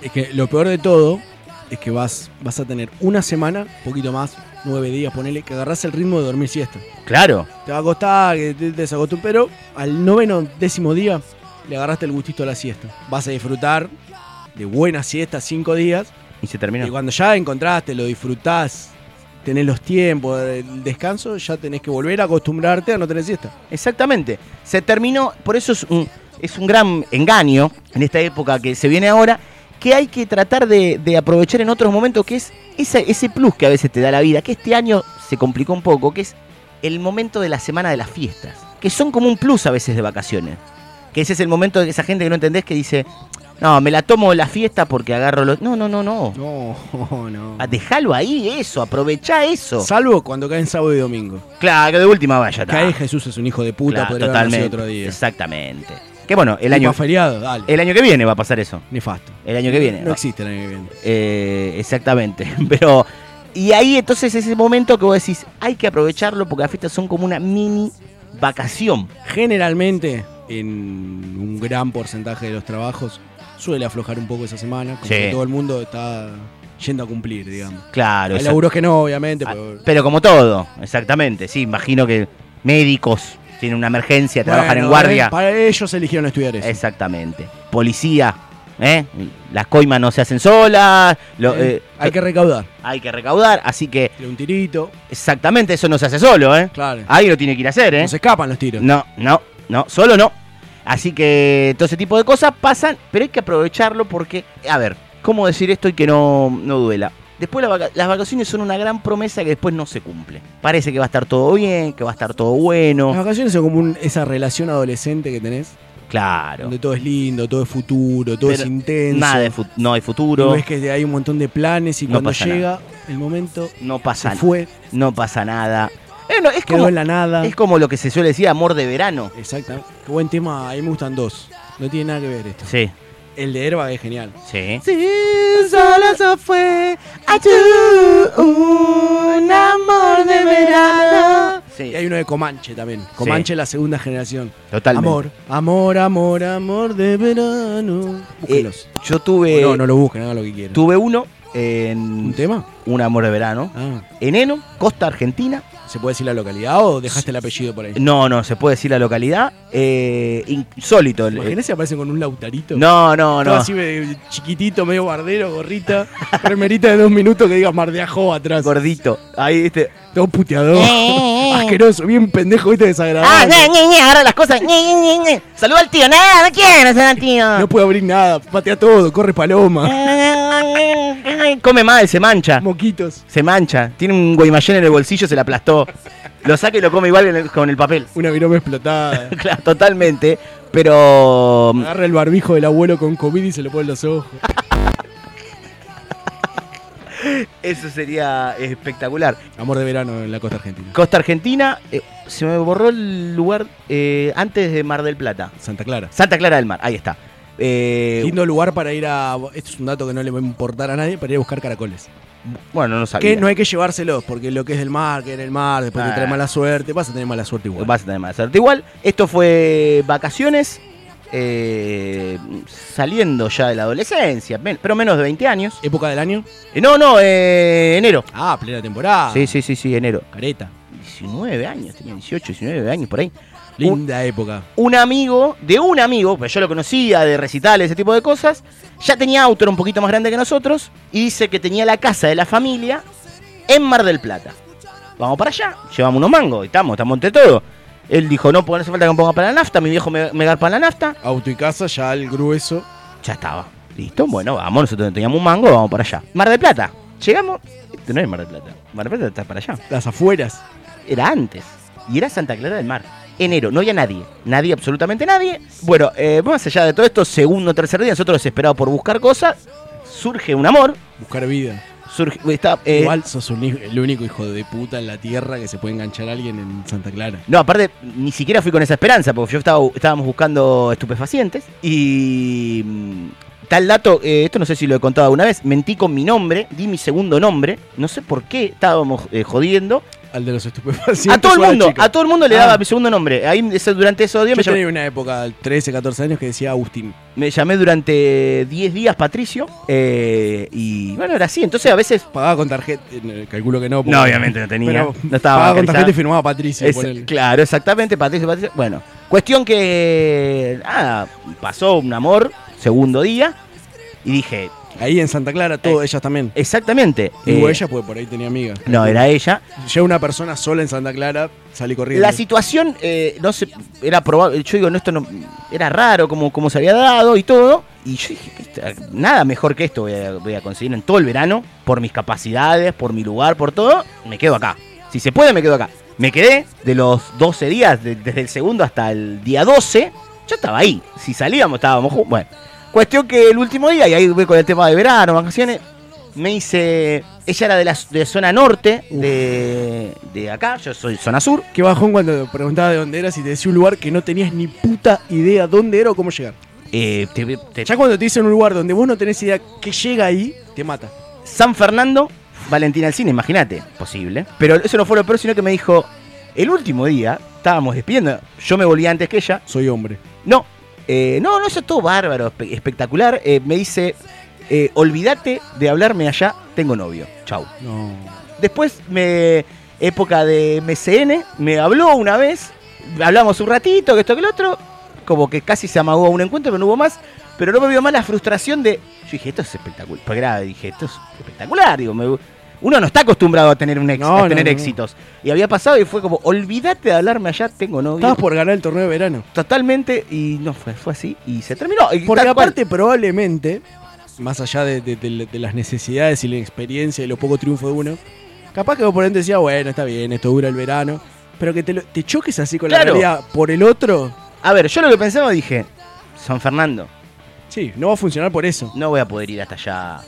S13: Es que lo peor de todo es que vas, vas a tener una semana, poquito más, nueve días, ponele, que agarrás el ritmo de dormir siesta.
S12: Claro.
S13: Te va a costar, que te desacostum, pero al noveno, décimo día le agarraste el gustito a la siesta. Vas a disfrutar de buena siesta cinco días.
S12: Y se terminó.
S13: Y cuando ya encontraste, lo disfrutás, tenés los tiempos, el descanso, ya tenés que volver a acostumbrarte a no tener siesta.
S12: Exactamente. Se terminó, por eso es un, es un gran engaño en esta época que se viene ahora, que hay que tratar de, de aprovechar en otros momentos, que es ese, ese plus que a veces te da la vida, que este año se complicó un poco, que es el momento de la semana de las fiestas, que son como un plus a veces de vacaciones. Que ese es el momento de esa gente que no entendés que dice, no, me la tomo la fiesta porque agarro los... No, no, no, no.
S13: No, no.
S12: Ah, Dejalo ahí, eso, aprovechá eso.
S13: Salvo cuando caen sábado y domingo.
S12: Claro, que de última vaya. ta.
S13: Cae Jesús es un hijo de puta,
S12: Claro,
S13: podría haber nacido
S12: totalmente.
S13: otro día.
S12: Exactamente. Que bueno, el
S13: Y
S12: año...
S13: pa' feriado, dale.
S12: El año que viene va a pasar eso.
S13: Nefasto.
S12: El año que viene.
S13: No
S12: va-
S13: existe el año que viene.
S12: Eh, exactamente. (laughs) Pero. Y ahí entonces ese momento que vos decís, hay que aprovecharlo porque las fiestas son como una mini vacación.
S13: Generalmente, en un gran porcentaje de los trabajos, suele aflojar un poco esa semana, como
S12: Sí.
S13: que todo el mundo está yendo a cumplir, digamos.
S12: Claro.
S13: Hay
S12: exact-
S13: laburos que no, obviamente, pero...
S12: Pero como todo, exactamente. Sí, imagino que médicos tienen una emergencia, trabajan
S13: Bueno,
S12: en guardia.
S13: eh, Para ellos eligieron estudiar eso.
S12: Exactamente. Policía. ¿eh? Las coimas no se hacen solas. lo-
S13: Eh,
S12: eh,
S13: hay que recaudar.
S12: hay que recaudar, así que...
S13: un tirito.
S12: Exactamente, eso no se hace solo, ¿eh?
S13: Claro.
S12: Alguien lo tiene que ir a hacer, ¿eh?
S13: No se escapan los tiros.
S12: No, no, no, solo no. Así que todo ese tipo de cosas pasan, pero hay que aprovecharlo porque, a ver, ¿cómo decir esto y que no, no duela? Después la vaca- las vacaciones son una gran promesa que después no se cumple. Parece que va a estar todo bien, que va a estar todo
S13: Las
S12: bueno.
S13: vacaciones son como un- esa relación adolescente que tenés,
S12: Claro.
S13: donde todo es lindo, todo es futuro, todo
S12: Pero
S13: es intenso.
S12: Nada de fut- no hay
S13: Y
S12: futuro.
S13: ves que hay un montón de planes y
S12: No
S13: cuando
S12: pasa
S13: llega el momento,
S12: no pasa
S13: se
S12: nada.
S13: fue.
S12: No pasa nada. Eh, no, es
S13: Quedó
S12: como,
S13: en la nada.
S12: Es como lo que se suele decir amor de verano.
S13: Exactamente. Qué buen tema, a mí me gustan dos. No tiene nada que ver esto.
S12: Sí.
S13: El de Herba es genial.
S12: Sí.
S13: Sí,
S3: solo se fue a tu un amor de verano.
S12: Sí.
S13: Y hay uno de Comanche también. Comanche la segunda generación.
S12: Totalmente.
S13: Amor, amor, amor, amor de verano. Búsquenlos.
S12: Eh, Yo tuve.
S13: no, no lo busquen, hagan lo que quieran.
S12: Tuve uno en. ¿Un Ah.
S13: tema? Ah,
S12: Un amor de verano. En Eno, Costa Argentina.
S13: ¿Se puede decir la localidad o dejaste el apellido por ahí?
S12: Eh, No, no, se puede decir la localidad. Eh, insólito. el-
S13: Imaginás si aparecen con un lautarito.
S12: No, no,
S13: Todo
S12: no.
S13: así eh, chiquitito, medio bardero, gorrita. (laughs) Remerita de dos minutos que digas mardeajo atrás.
S12: Gordito. Ahí, viste.
S13: Todo puteador. Asqueroso, bien pendejo, viste,
S12: Ah,
S13: desagradable.
S12: agarra las cosas. Saluda al tío, nada, no quiero saludar al tío.
S13: No puede abrir nada, patea todo, corre paloma.
S12: Ay, Come mal, se mancha.
S13: Moquitos.
S12: Se mancha. Tiene un guaymallén en el bolsillo, se la aplastó. Lo saca y lo come igual en el- con el papel. (laughs)
S13: Una viroma explotada.
S12: Claro, totalmente. Pero. mm,
S13: Agarra el barbijo del abuelo con COVID y se lo pone en los ojos.
S12: Eso sería espectacular.
S13: Amor de verano en la costa argentina.
S12: Costa Argentina, eh, se me borró el lugar eh, antes de Mar del Plata.
S13: Santa Clara.
S12: Santa Clara del Mar, ahí está. Eh,
S13: Lindo lugar para ir a. Esto es un dato que no le va a importar a nadie, para ir a buscar caracoles.
S12: bueno, no sabía.
S13: Que no hay que llevárselos, porque lo que es del mar, que en el mar, después
S12: Ah.
S13: te trae mala suerte, vas a tener mala suerte igual.
S12: Vas a tener más suerte. Igual, esto fue vacaciones, eh, saliendo ya de la adolescencia, men- pero menos de 20 años.
S13: ¿Época del año?
S12: Eh, no, no, eh, enero.
S13: Ah, plena temporada.
S12: Sí, sí, sí, sí, enero.
S13: Careta.
S12: 19 años, tenía 18, 19 años por ahí.
S13: Linda época.
S12: un amigo de un amigo, pues yo lo conocía de recitales, ese tipo de cosas, ya tenía auto, era un poquito más grande que nosotros, y dice que tenía la casa de la familia en Mar del Plata. Vamos para allá, llevamos unos mangos, y estamos, estamos entre todo. Él dijo, no, porque no hace falta que me ponga para la nafta, mi viejo me, me garpa la nafta.
S13: Auto y casa, ya el grueso.
S12: Ya estaba. Listo, bueno, vamos, nosotros teníamos un mango, vamos para allá. Mar del Plata, llegamos, esto no es Mar del Plata, Mar del Plata está para allá.
S13: Las afueras.
S12: Era antes. Y era Santa Clara del Mar. Enero, no había nadie. Nadie, absolutamente nadie. Bueno, eh, más allá de todo esto, segundo o tercer día, nosotros desesperados por buscar cosas, surge un amor.
S13: Buscar vida.
S12: Surge, está, eh,
S13: Igual sos un hij- el único hijo de puta en la tierra que se puede enganchar a alguien en Santa Clara.
S12: No, aparte, ni siquiera fui con esa esperanza, porque yo estaba, estábamos buscando estupefacientes. Y. mm, Tal dato, eh, esto no sé si lo he contado alguna vez, mentí con mi nombre, di mi segundo nombre, no sé por qué estábamos eh, jodiendo.
S13: Al de los estupefacientes.
S12: A todo el
S13: o la
S12: mundo,
S13: chica.
S12: a todo el mundo le
S13: Ah.
S12: daba mi segundo nombre. Ahí ese- durante esos días
S13: Yo
S12: me llamó-
S13: tenía una época, 13, 14 años, que decía Agustín.
S12: Me llamé durante 10 días Patricio eh, y bueno, era así. Entonces a veces...
S13: Pagaba con tarjeta. eh, Calculo que no. porque-
S12: No, obviamente no tenía.
S13: Pero
S12: no estaba
S13: pagaba con
S12: bancarizada.
S13: tarjeta y firmaba Patricio.
S12: Es-
S13: ponele.
S12: claro, exactamente, Patricio, Patricio. Bueno, cuestión que... Ah, pasó un amor, segundo día, y dije...
S13: Ahí en Santa Clara, todo, ellas también.
S12: Exactamente.
S13: Digo
S12: eh,
S13: ella, porque por ahí tenía amigas.
S12: No, era ella.
S13: Ya una persona sola en Santa Clara Salí corriendo.
S12: La situación, eh, no sé, era probable. Yo digo, no, esto no. Era raro como, como se había dado y todo. Y yo dije, "Esta- nada mejor que esto voy a, voy a conseguir en todo el verano, por mis capacidades, por mi lugar, por todo. Me quedo acá. Si se puede, me quedo acá. Me quedé de los 12 días, de- desde el segundo hasta el día 12. Yo estaba ahí. Si salíamos, estábamos juntos. Bueno, cuestión que el último día, y ahí voy con el tema de verano, vacaciones. Me hice. Ella era de la de zona norte de, de acá, yo soy zona sur.
S13: Qué bajón cuando te preguntaba de dónde eras y te decía un lugar que no tenías ni puta idea dónde era o cómo llegar.
S12: Eh, te- te-
S13: Ya cuando te dicen un lugar donde vos no tenés idea que llega ahí, te mata.
S12: San Fernando, Valentina al cine, imagínate, posible. Pero eso no fue lo peor, sino que me dijo, el último día estábamos despidiendo, yo me volví antes que ella.
S13: Soy hombre.
S12: No, eh, no, no, eso es todo bárbaro, espe- espectacular. Eh, me dice, eh, olvídate de hablarme allá, tengo novio, chau.
S13: No.
S12: Después, me, época de MCN, me habló una vez, hablamos un ratito, que esto, que el otro, como que casi se amagó a un encuentro, pero no hubo más. Pero no me vio más la frustración de. Yo dije, esto es espectacular. Porque era, dije, esto es espectacular. Digo, me- uno no está acostumbrado a tener un ex-
S13: No,
S12: a
S13: no,
S12: tener
S13: no, no.
S12: éxitos. Y había pasado y fue como, olvídate de hablarme allá, tengo novio.
S13: Estabas por ganar el torneo de verano.
S12: Totalmente, y no fue, fue así, y se terminó. Y
S13: Porque
S12: tal cual.
S13: aparte, probablemente, más allá de, de- de- de las necesidades y la experiencia y lo poco triunfo de uno, capaz que vos por ahí decías, bueno, está bien, esto dura el verano, pero que te, lo- te choques así con la
S12: Claro.
S13: realidad por el otro.
S12: A ver, yo lo que pensaba dije, San Fernando.
S13: Sí, no va a funcionar por eso.
S12: No voy a poder ir hasta allá.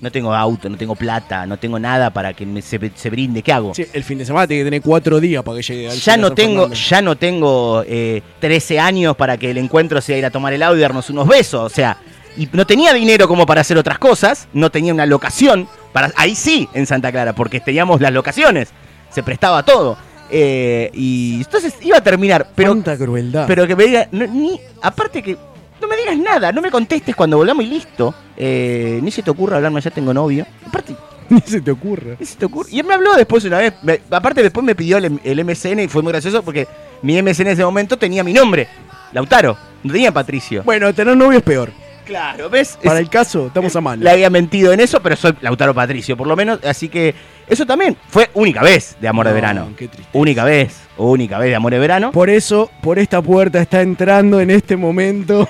S12: No tengo auto, no tengo plata, no tengo nada para que me- se, se brinde. ¿Qué hago?
S13: Sí, el fin de semana tiene que tener cuatro días para que llegue al
S12: Ya
S13: San
S12: no tengo,
S13: Fernando.
S12: ya no tengo eh, 13 años para que el encuentro sea ir a tomar helado y darnos unos besos. O sea, y no tenía dinero como para hacer otras cosas, no tenía una locación. Para, ahí sí, en Santa Clara, porque teníamos las locaciones. Se prestaba todo. Eh, y entonces iba a terminar. Pero,
S13: Cuánta crueldad.
S12: (laughs) pero que me diga, no, ni, aparte que no me digas nada, no me contestes cuando volvamos y listo. Eh, ni se te ocurra hablarme, ya tengo novio. Aparte,
S13: Ni se te ocurra.
S12: ni se te ocurre. Y él me habló después una vez. me- aparte, después me pidió el, el MSN y fue muy gracioso porque mi MSN en ese momento tenía mi nombre, Lautaro. No tenía Patricio.
S13: Bueno, tener novio es peor.
S12: Claro, ¿ves?
S13: Para
S12: Es-
S13: el caso, estamos a mano.
S12: le había mentido en eso, pero soy Lautaro Patricio, por lo menos. Así que eso también fue única vez de amor de
S13: No,
S12: verano.
S13: qué triste.
S12: Única vez, única vez de amor de verano.
S13: Por eso, por esta puerta está entrando en este momento.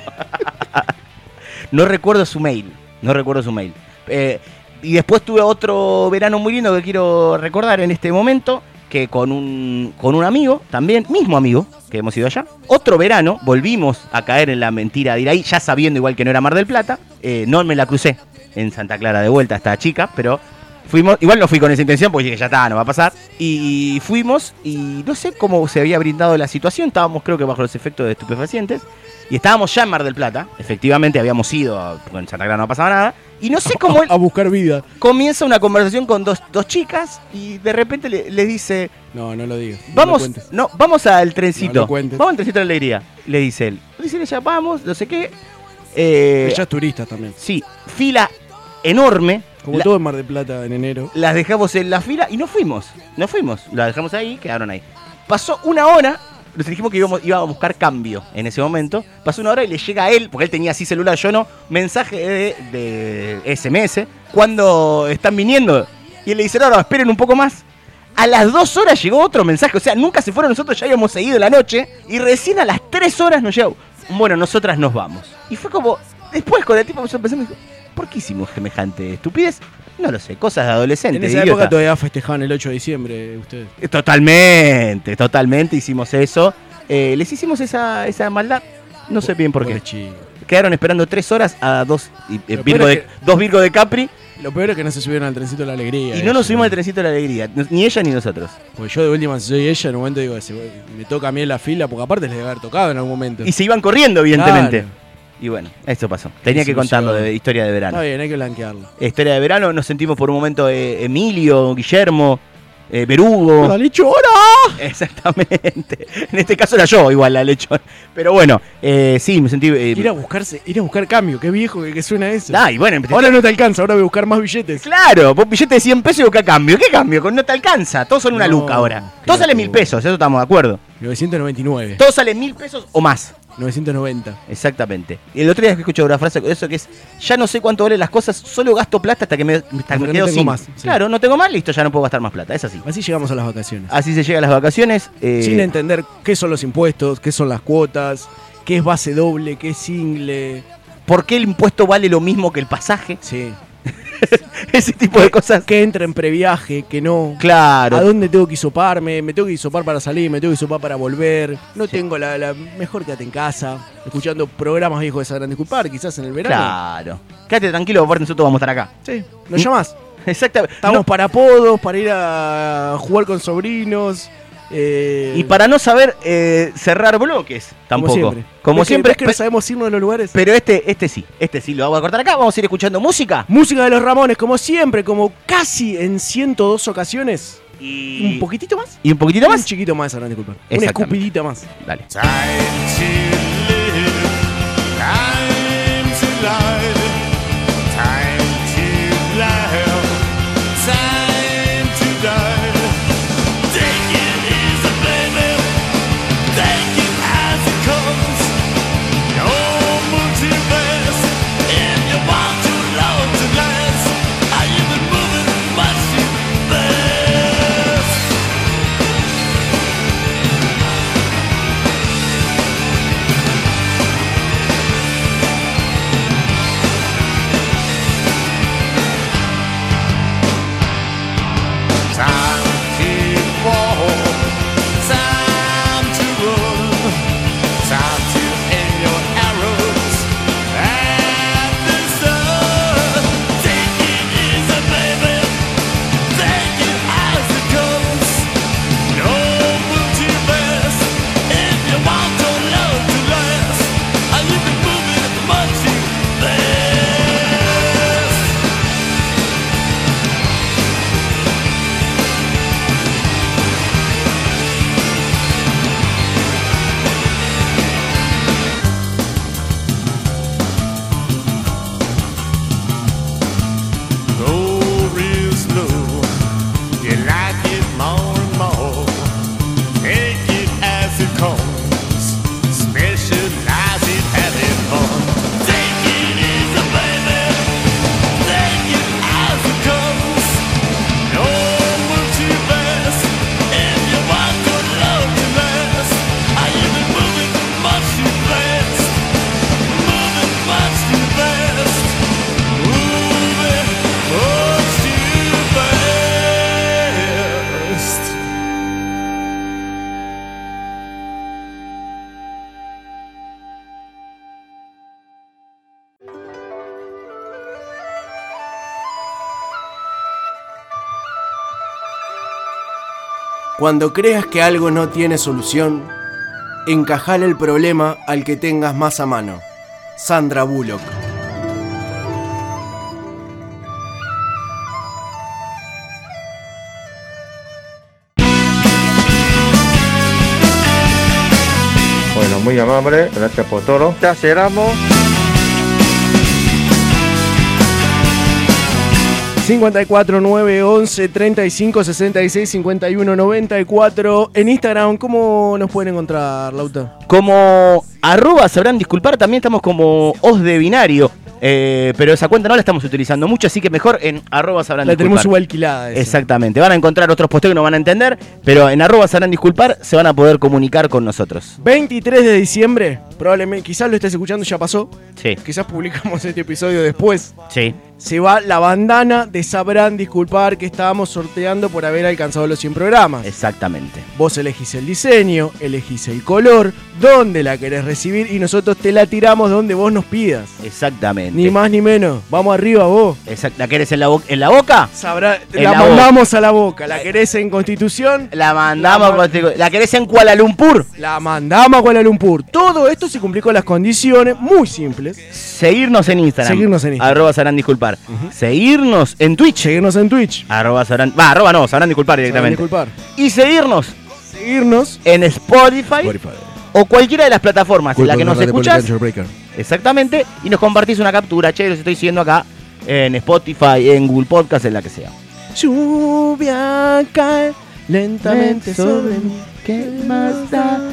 S12: No recuerdo su mail. No recuerdo su mail. Eh, y después tuve otro verano muy lindo que quiero recordar en este momento. Que con un, con un amigo, también, mismo amigo, que hemos ido allá. Otro verano, volvimos a caer en la mentira de ir ahí, ya sabiendo igual que no era Mar del Plata. Eh, no me la crucé en Santa Clara de vuelta esta chica, pero fuimos. Igual no fui con esa intención porque dije, ya está, no va a pasar. Y fuimos y no sé cómo se había brindado la situación. Estábamos, creo que, bajo los efectos de estupefacientes. Y estábamos ya en Mar del Plata. Efectivamente, habíamos ido, a- porque en Santa Clara no pasaba nada. Y no sé
S13: (laughs)
S12: cómo él
S13: A buscar vida.
S12: comienza una conversación con dos, dos chicas y de repente le, les dice,
S13: No, no lo digo.
S12: vamos, no, vamos al
S13: No
S12: trencito.
S13: lo cuentes.
S12: vamos al trencito de la alegría, le dice él. Dice ella, vamos, no sé qué. Eh,
S13: Ella es turista también.
S12: sí, fila enorme.
S13: Como
S12: La-
S13: todo en Mar del Plata en enero.
S12: las dejamos en la fila y no fuimos. No fuimos. Las dejamos ahí, quedaron ahí. Pasó una hora, nos dijimos que íbamos, iba a buscar cambio en ese momento. Pasó una hora y le llega a él, porque él tenía así celular, yo no, mensaje de, de SMS. Cuando están viniendo. Y él le dice, no, no, esperen un poco más. A las dos horas llegó otro mensaje. O sea, nunca se fueron nosotros, ya habíamos seguido la noche. Y recién a las tres horas nos llegó. Bueno, nosotras nos vamos. Y fue como. Después con el tipo empezó a pensar, me dijo, ¿por qué hicimos semejante estupidez? No lo sé, cosas de adolescente.
S13: En esa
S12: idiota.
S13: época todavía festejaban el 8 de diciembre eh, ustedes.
S12: Eh, Totalmente, totalmente hicimos eso. Eh, les hicimos esa, esa maldad. No sé bien por qué. Quedaron esperando tres horas a dos, y- eh,
S13: Lo peor
S12: virgo
S13: es
S12: de, dos Virgo de Capri
S13: Lo peor es que no se subieron al trencito de la alegría.
S12: y no nos
S13: ellos,
S12: subimos al trencito de la alegría. no- Ni ella ni nosotros.
S13: Porque yo de última, si soy ella, en un momento digo, "Se- me toca a mí en la fila, porque aparte les debe haber tocado en algún momento.
S12: Y se iban corriendo, evidentemente.
S13: Claro.
S12: Y bueno, esto pasó. Tenía que
S13: Desilusión.
S12: contarlo de historia de verano.
S13: Está bien, hay que blanquearlo.
S12: Historia de verano, nos sentimos por un momento eh, Emilio, Guillermo, eh, Berugo.
S13: ¡La lechona!
S12: Exactamente. (laughs) En este caso era yo, igual la lechona. Pero bueno, eh, sí, me sentí. eh,
S13: Ir a buscarse, ir a buscar cambio, qué viejo que, que suena eso.
S12: Ah, y bueno,
S13: ahora no te alcanza, ahora voy a buscar más billetes.
S12: Claro, vos billete de 100 pesos y busca cambio. ¿Qué cambio? Con- No te alcanza. Todos son una
S13: No,
S12: luca ahora. Todos salen mil pesos, eso estamos de acuerdo.
S13: 999.
S12: Todos salen mil pesos o más. 990. Exactamente. Y el otro día escucho una frase de eso que es, ya no sé cuánto valen las cosas, solo gasto plata hasta que me, hasta que me
S13: no
S12: quedo
S13: tengo
S12: sin.
S13: más, sí.
S12: Claro, no tengo más, listo, ya no puedo gastar más plata, es así.
S13: Así llegamos a las vacaciones.
S12: Así se llega a las vacaciones. eh,
S13: Sin entender qué son los impuestos, qué son las cuotas, qué es base doble, qué es single.
S12: ¿Por qué el impuesto vale lo mismo que el pasaje? (laughs)
S13: Sí.
S12: Ese tipo de cosas.
S13: Que entra en previaje, que no.
S12: Claro.
S13: ¿A dónde tengo que hisoparme? ¿Me tengo que hisopar para salir? ¿Me tengo que hisopar para volver? No tengo la, la- Mejor quédate en casa, escuchando programas viejos de Sabrán Disculpar, quizás en el verano.
S12: Claro. Quédate tranquilo, aparte nosotros vamos a estar acá. (laughs)
S13: Sí, nos llamás.
S12: Exactamente.
S13: Estamos para podos, para ir a jugar con sobrinos. eh,
S12: Y para no saber eh, cerrar bloques, tampoco.
S13: Como siempre.
S12: Como
S13: ¿Ves que-
S12: siempre,
S13: ves que no sabemos irnos de los lugares.
S12: Pero este, este sí, este sí, lo vamos a cortar acá. Vamos a ir escuchando música.
S13: Música de los Ramones, como siempre, como casi en 102 ocasiones.
S12: Y
S13: un poquitito más.
S12: ¿Y un poquitito más?
S13: Un chiquito más, Sabrán Disculpar. Una
S12: Exactamente.
S13: escupidita más.
S12: Dale.
S7: Time to live, time to laugh, time to die. Take it easy, baby. Take it as it comes. No multiverse. If you want to low to last, are you been moving much too fast? Time to walk, time to run, time to aim your arrows at the sun. Take it easy, baby. Take it as it comes. No multiverse. If you want your love to last, and you can move it much too fast. Go real slow. You like it more and more. Take it as it comes. Specialize in having fun. Take it easy, baby. Take it as it comes. No multiverse. If you want to love to last, are you been moving much too fast? Moving much too fast. Moving much too fast.
S20: Cuando creas que algo no tiene solución, encajar el problema al que tengas más a mano. Sandra Bullock.
S10: Bueno, muy amable, gracias por todo. Ya cerramos.
S13: 54 9 11 35 66 51 94 en Instagram. ¿Cómo nos pueden encontrar, Lauta?
S12: Como arroba sabrán disculpar, también estamos como os de binario. eh, pero esa cuenta no la estamos utilizando mucho, así que mejor en arroba sabrán
S13: La tenemos
S12: disculpar.
S13: alquilada. esa.
S12: Exactamente. Van a encontrar otros posteos que no van a entender, pero en arroba sabrán disculpar se van a poder comunicar con nosotros.
S13: 23 de diciembre, probablemente, quizás lo estés escuchando, ya pasó.
S12: Sí.
S13: Quizás publicamos este episodio después.
S12: Sí.
S13: Se va la bandana de Sabrán Disculpar que estábamos sorteando por haber alcanzado los 100 programas.
S12: Exactamente.
S13: Vos elegís el diseño, elegís el color, dónde la querés recibir y nosotros te la tiramos donde vos nos pidas.
S12: Exactamente.
S13: Ni más ni menos. Vamos arriba vos.
S12: Exact- ¿La querés en la, bo- en la boca?
S13: Sabrá,
S12: En
S13: la,
S12: la
S13: mandamos a la boca. ¿La querés en Constitución?
S12: La mandamos a Constitución. ¿La querés en Kuala Lumpur?
S13: La mandamos a Kuala Lumpur. Todo esto se cumplió con las condiciones muy simples.
S12: Seguirnos en Instagram.
S13: Seguirnos en Instagram.
S12: Arroba sabrán disculpar. Seguirnos en Twitch.
S13: Seguirnos en Twitch.
S12: Arroba sabrán. Va, arroba no, sabrán disculpar directamente.
S13: Disculpar.
S12: Y seguirnos.
S13: Seguirnos.
S12: En Spotify. O cualquiera de las plataformas en la que nos escuchas. Exactamente. Y nos compartís una captura. Che, los estoy siguiendo acá. En Spotify, en Google Podcast, en la que sea.
S13: Lluvia cae lentamente sobre mí.
S12: ¿Qué más da?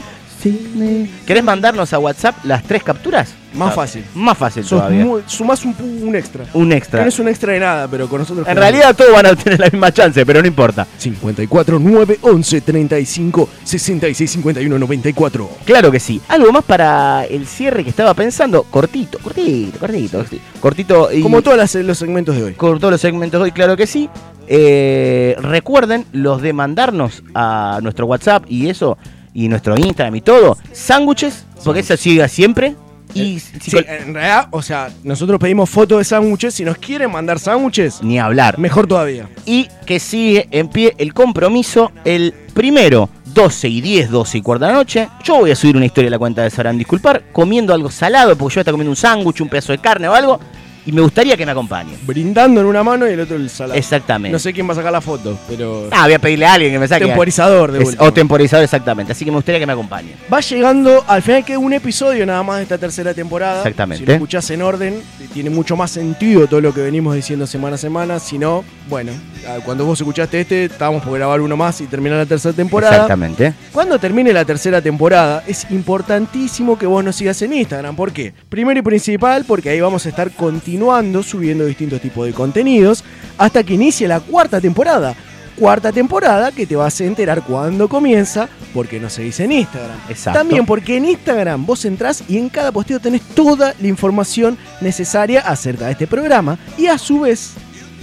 S12: ¿Querés mandarnos a WhatsApp las tres capturas?
S13: Más
S12: Ah,
S13: fácil.
S12: Más fácil
S13: Sos
S12: todavía.
S13: muy- sumás un, pu- un extra.
S12: Un extra.
S13: Que No es un extra de nada, pero con nosotros.
S12: En realidad todos van a tener la misma chance, pero no importa.
S13: 54 9 11 35 66 51 94.
S12: Claro que sí. Algo más para el cierre que estaba pensando. Cortito, cortito, cortito. cortito. Cortito y.
S13: Como todos las- los segmentos de hoy.
S12: Con todos los segmentos de hoy, claro que sí. Eh, recuerden los de mandarnos a nuestro WhatsApp y eso, y nuestro Instagram y todo. Sándwiches, porque eso sigue siempre. Y si
S13: Eh, Sí, en realidad, o sea, nosotros pedimos fotos de sándwiches. Si nos quieren mandar sándwiches,
S12: ni hablar.
S13: Mejor todavía.
S12: Y que sigue en pie el compromiso el primero, 12 y 10, 12 y cuarta de la noche. Yo voy a subir una historia a la cuenta de Sabrán Disculpar, comiendo algo salado, porque yo estaba comiendo un sándwich, un pedazo de carne o algo, y me gustaría que me acompañen.
S13: Brindando en una mano y el otro el salado.
S12: Exactamente.
S13: No sé quién va a sacar la foto, pero.
S12: Ah, voy a pedirle a alguien que me saque.
S13: Temporizador de
S12: Es-
S13: última.
S12: O temporizador, exactamente. Así que me gustaría que me acompañen.
S13: Va llegando, al final queda un episodio nada más de esta tercera temporada.
S12: Exactamente.
S13: Si lo escuchás en orden, tiene mucho más sentido todo lo que venimos diciendo semana a semana. Si no, bueno, ah, cuando vos escuchaste este, estábamos por grabar uno más y terminar la tercera temporada.
S12: Exactamente.
S13: Cuando termine la tercera temporada, es importantísimo que vos nos sigas en Instagram. ¿Por qué? Primero y principal, porque ahí vamos a estar continuando subiendo distintos tipos de contenidos hasta que inicie la cuarta temporada. Cuarta temporada que te vas a enterar cuando comienza, porque nos seguís en Instagram.
S12: Exacto.
S13: También porque en Instagram vos entrás y en cada posteo tenés toda la información necesaria acerca de este programa. Y a su vez,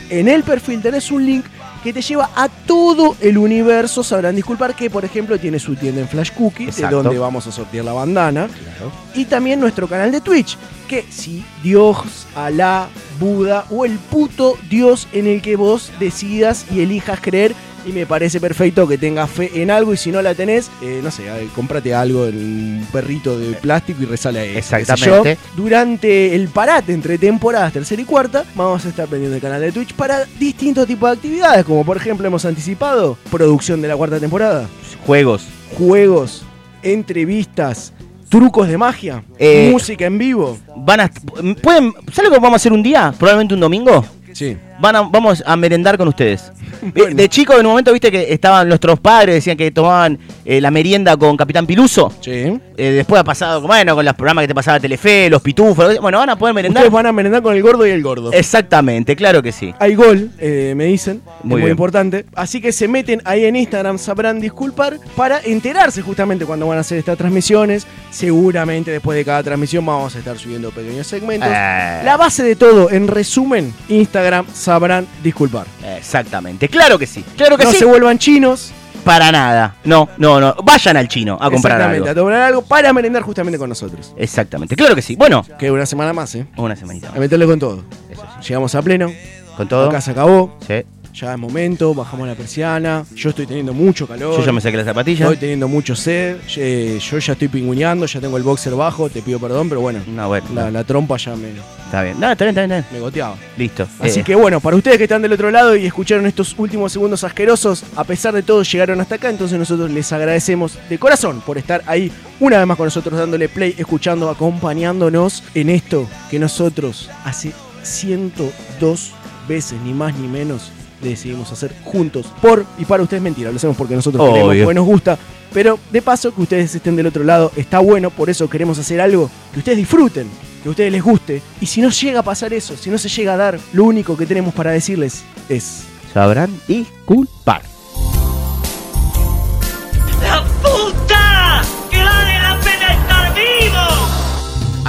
S13: en el perfil tenés un link que te lleva a todo el universo. Sabrán disculpar que, por ejemplo, tiene su tienda en Flash Cookie,
S12: Exacto.
S13: de donde vamos a sortear la bandana. Y también nuestro canal de Twitch, que si Dios, Alá, Buda o el puto Dios en el que vos decidas y elijas creer. Y me parece perfecto que tengas fe en algo y si no la tenés, eh, no sé, a ver, cómprate algo en un perrito de plástico y rezale a eso. Eh, qué sé yo.
S12: Exactamente.
S13: Durante el parate entre temporadas tercera y cuarta, vamos a estar pendiente del canal de Twitch para distintos tipos de actividades, como por ejemplo hemos anticipado producción de la cuarta temporada,
S12: Juegos.
S13: juegos, entrevistas, trucos de magia,
S12: Eh,
S13: música en vivo.
S12: Van a. ¿Pueden. ¿Sabes lo que vamos a hacer un día? Probablemente un domingo.
S13: Sí.
S12: Van a- vamos a merendar
S13: (laughs)
S12: con ustedes. Eh, De chico, en un momento, viste que estaban nuestros padres, decían que tomaban eh, la merienda con Capitán Piluso. Eh,
S13: Sí.
S12: después ha pasado, bueno, con los programas que te pasaba Telefe, los pitufos. Bueno, van a poder merendar.
S13: Ustedes van a merendar con el gordo y el gordo.
S12: Exactamente, claro que sí.
S13: Hay gol, eh, me dicen. es
S12: Muy
S13: muy
S12: bien.
S13: importante. Así que se meten ahí en Instagram, sabrán disculpar, para enterarse justamente cuando van a hacer estas transmisiones. Seguramente después de cada transmisión vamos a estar subiendo pequeños segmentos.
S12: Eh.
S13: La base de todo, en resumen, Instagram sabrán disculpar.
S12: Exactamente, claro que sí. Claro que
S13: no
S12: sí.
S13: se vuelvan chinos.
S12: Para nada. No, no, no. Vayan al chino a comprar
S13: Exactamente,
S12: algo.
S13: a tomar algo para merendar justamente con nosotros.
S12: Exactamente, claro que sí. Bueno,
S13: Que una semana más, ¿eh?
S12: una semanita.
S13: A meterle con todo. Llegamos a pleno.
S12: Con todo.
S13: Acá se acabó.
S12: Sí.
S13: Ya es momento, bajamos la persiana. Yo estoy teniendo mucho calor.
S12: Yo ya me saqué las zapatillas.
S13: Estoy teniendo mucho sed. eh, Yo ya estoy pingüineando, ya tengo el boxer bajo. Te pido perdón, pero bueno.
S12: No, bueno.
S13: La, la trompa ya me,
S12: Está bien. No, está bien, está bien, está bien.
S13: me goteaba.
S12: Listo.
S13: Así
S12: Eh,
S13: que bueno, para ustedes que están del otro lado y escucharon estos últimos segundos asquerosos, a pesar de todo llegaron hasta acá, entonces nosotros les agradecemos de corazón por estar ahí una vez más con nosotros dándole play, escuchando, acompañándonos en esto que nosotros hace 102 veces, ni más ni menos, decidimos hacer juntos por y para ustedes mentira, lo hacemos porque nosotros
S12: Obvio.
S13: queremos, porque nos gusta, pero de paso que ustedes estén del otro lado está bueno, por eso queremos hacer algo que ustedes disfruten, que a ustedes les guste. Y si no llega a pasar eso, si no se llega a dar, lo único que tenemos para decirles es...
S12: Sabrán disculpar.
S9: ¡La puta! ¡Que vale la pena estar vivo!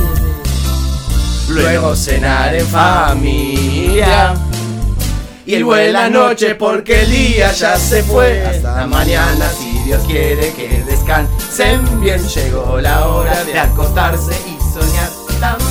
S13: luego cenar en familia. Y buena noche porque el día ya se fue. Hasta mañana si Dios quiere que descansen bien. Llegó la hora de acostarse y soñar también.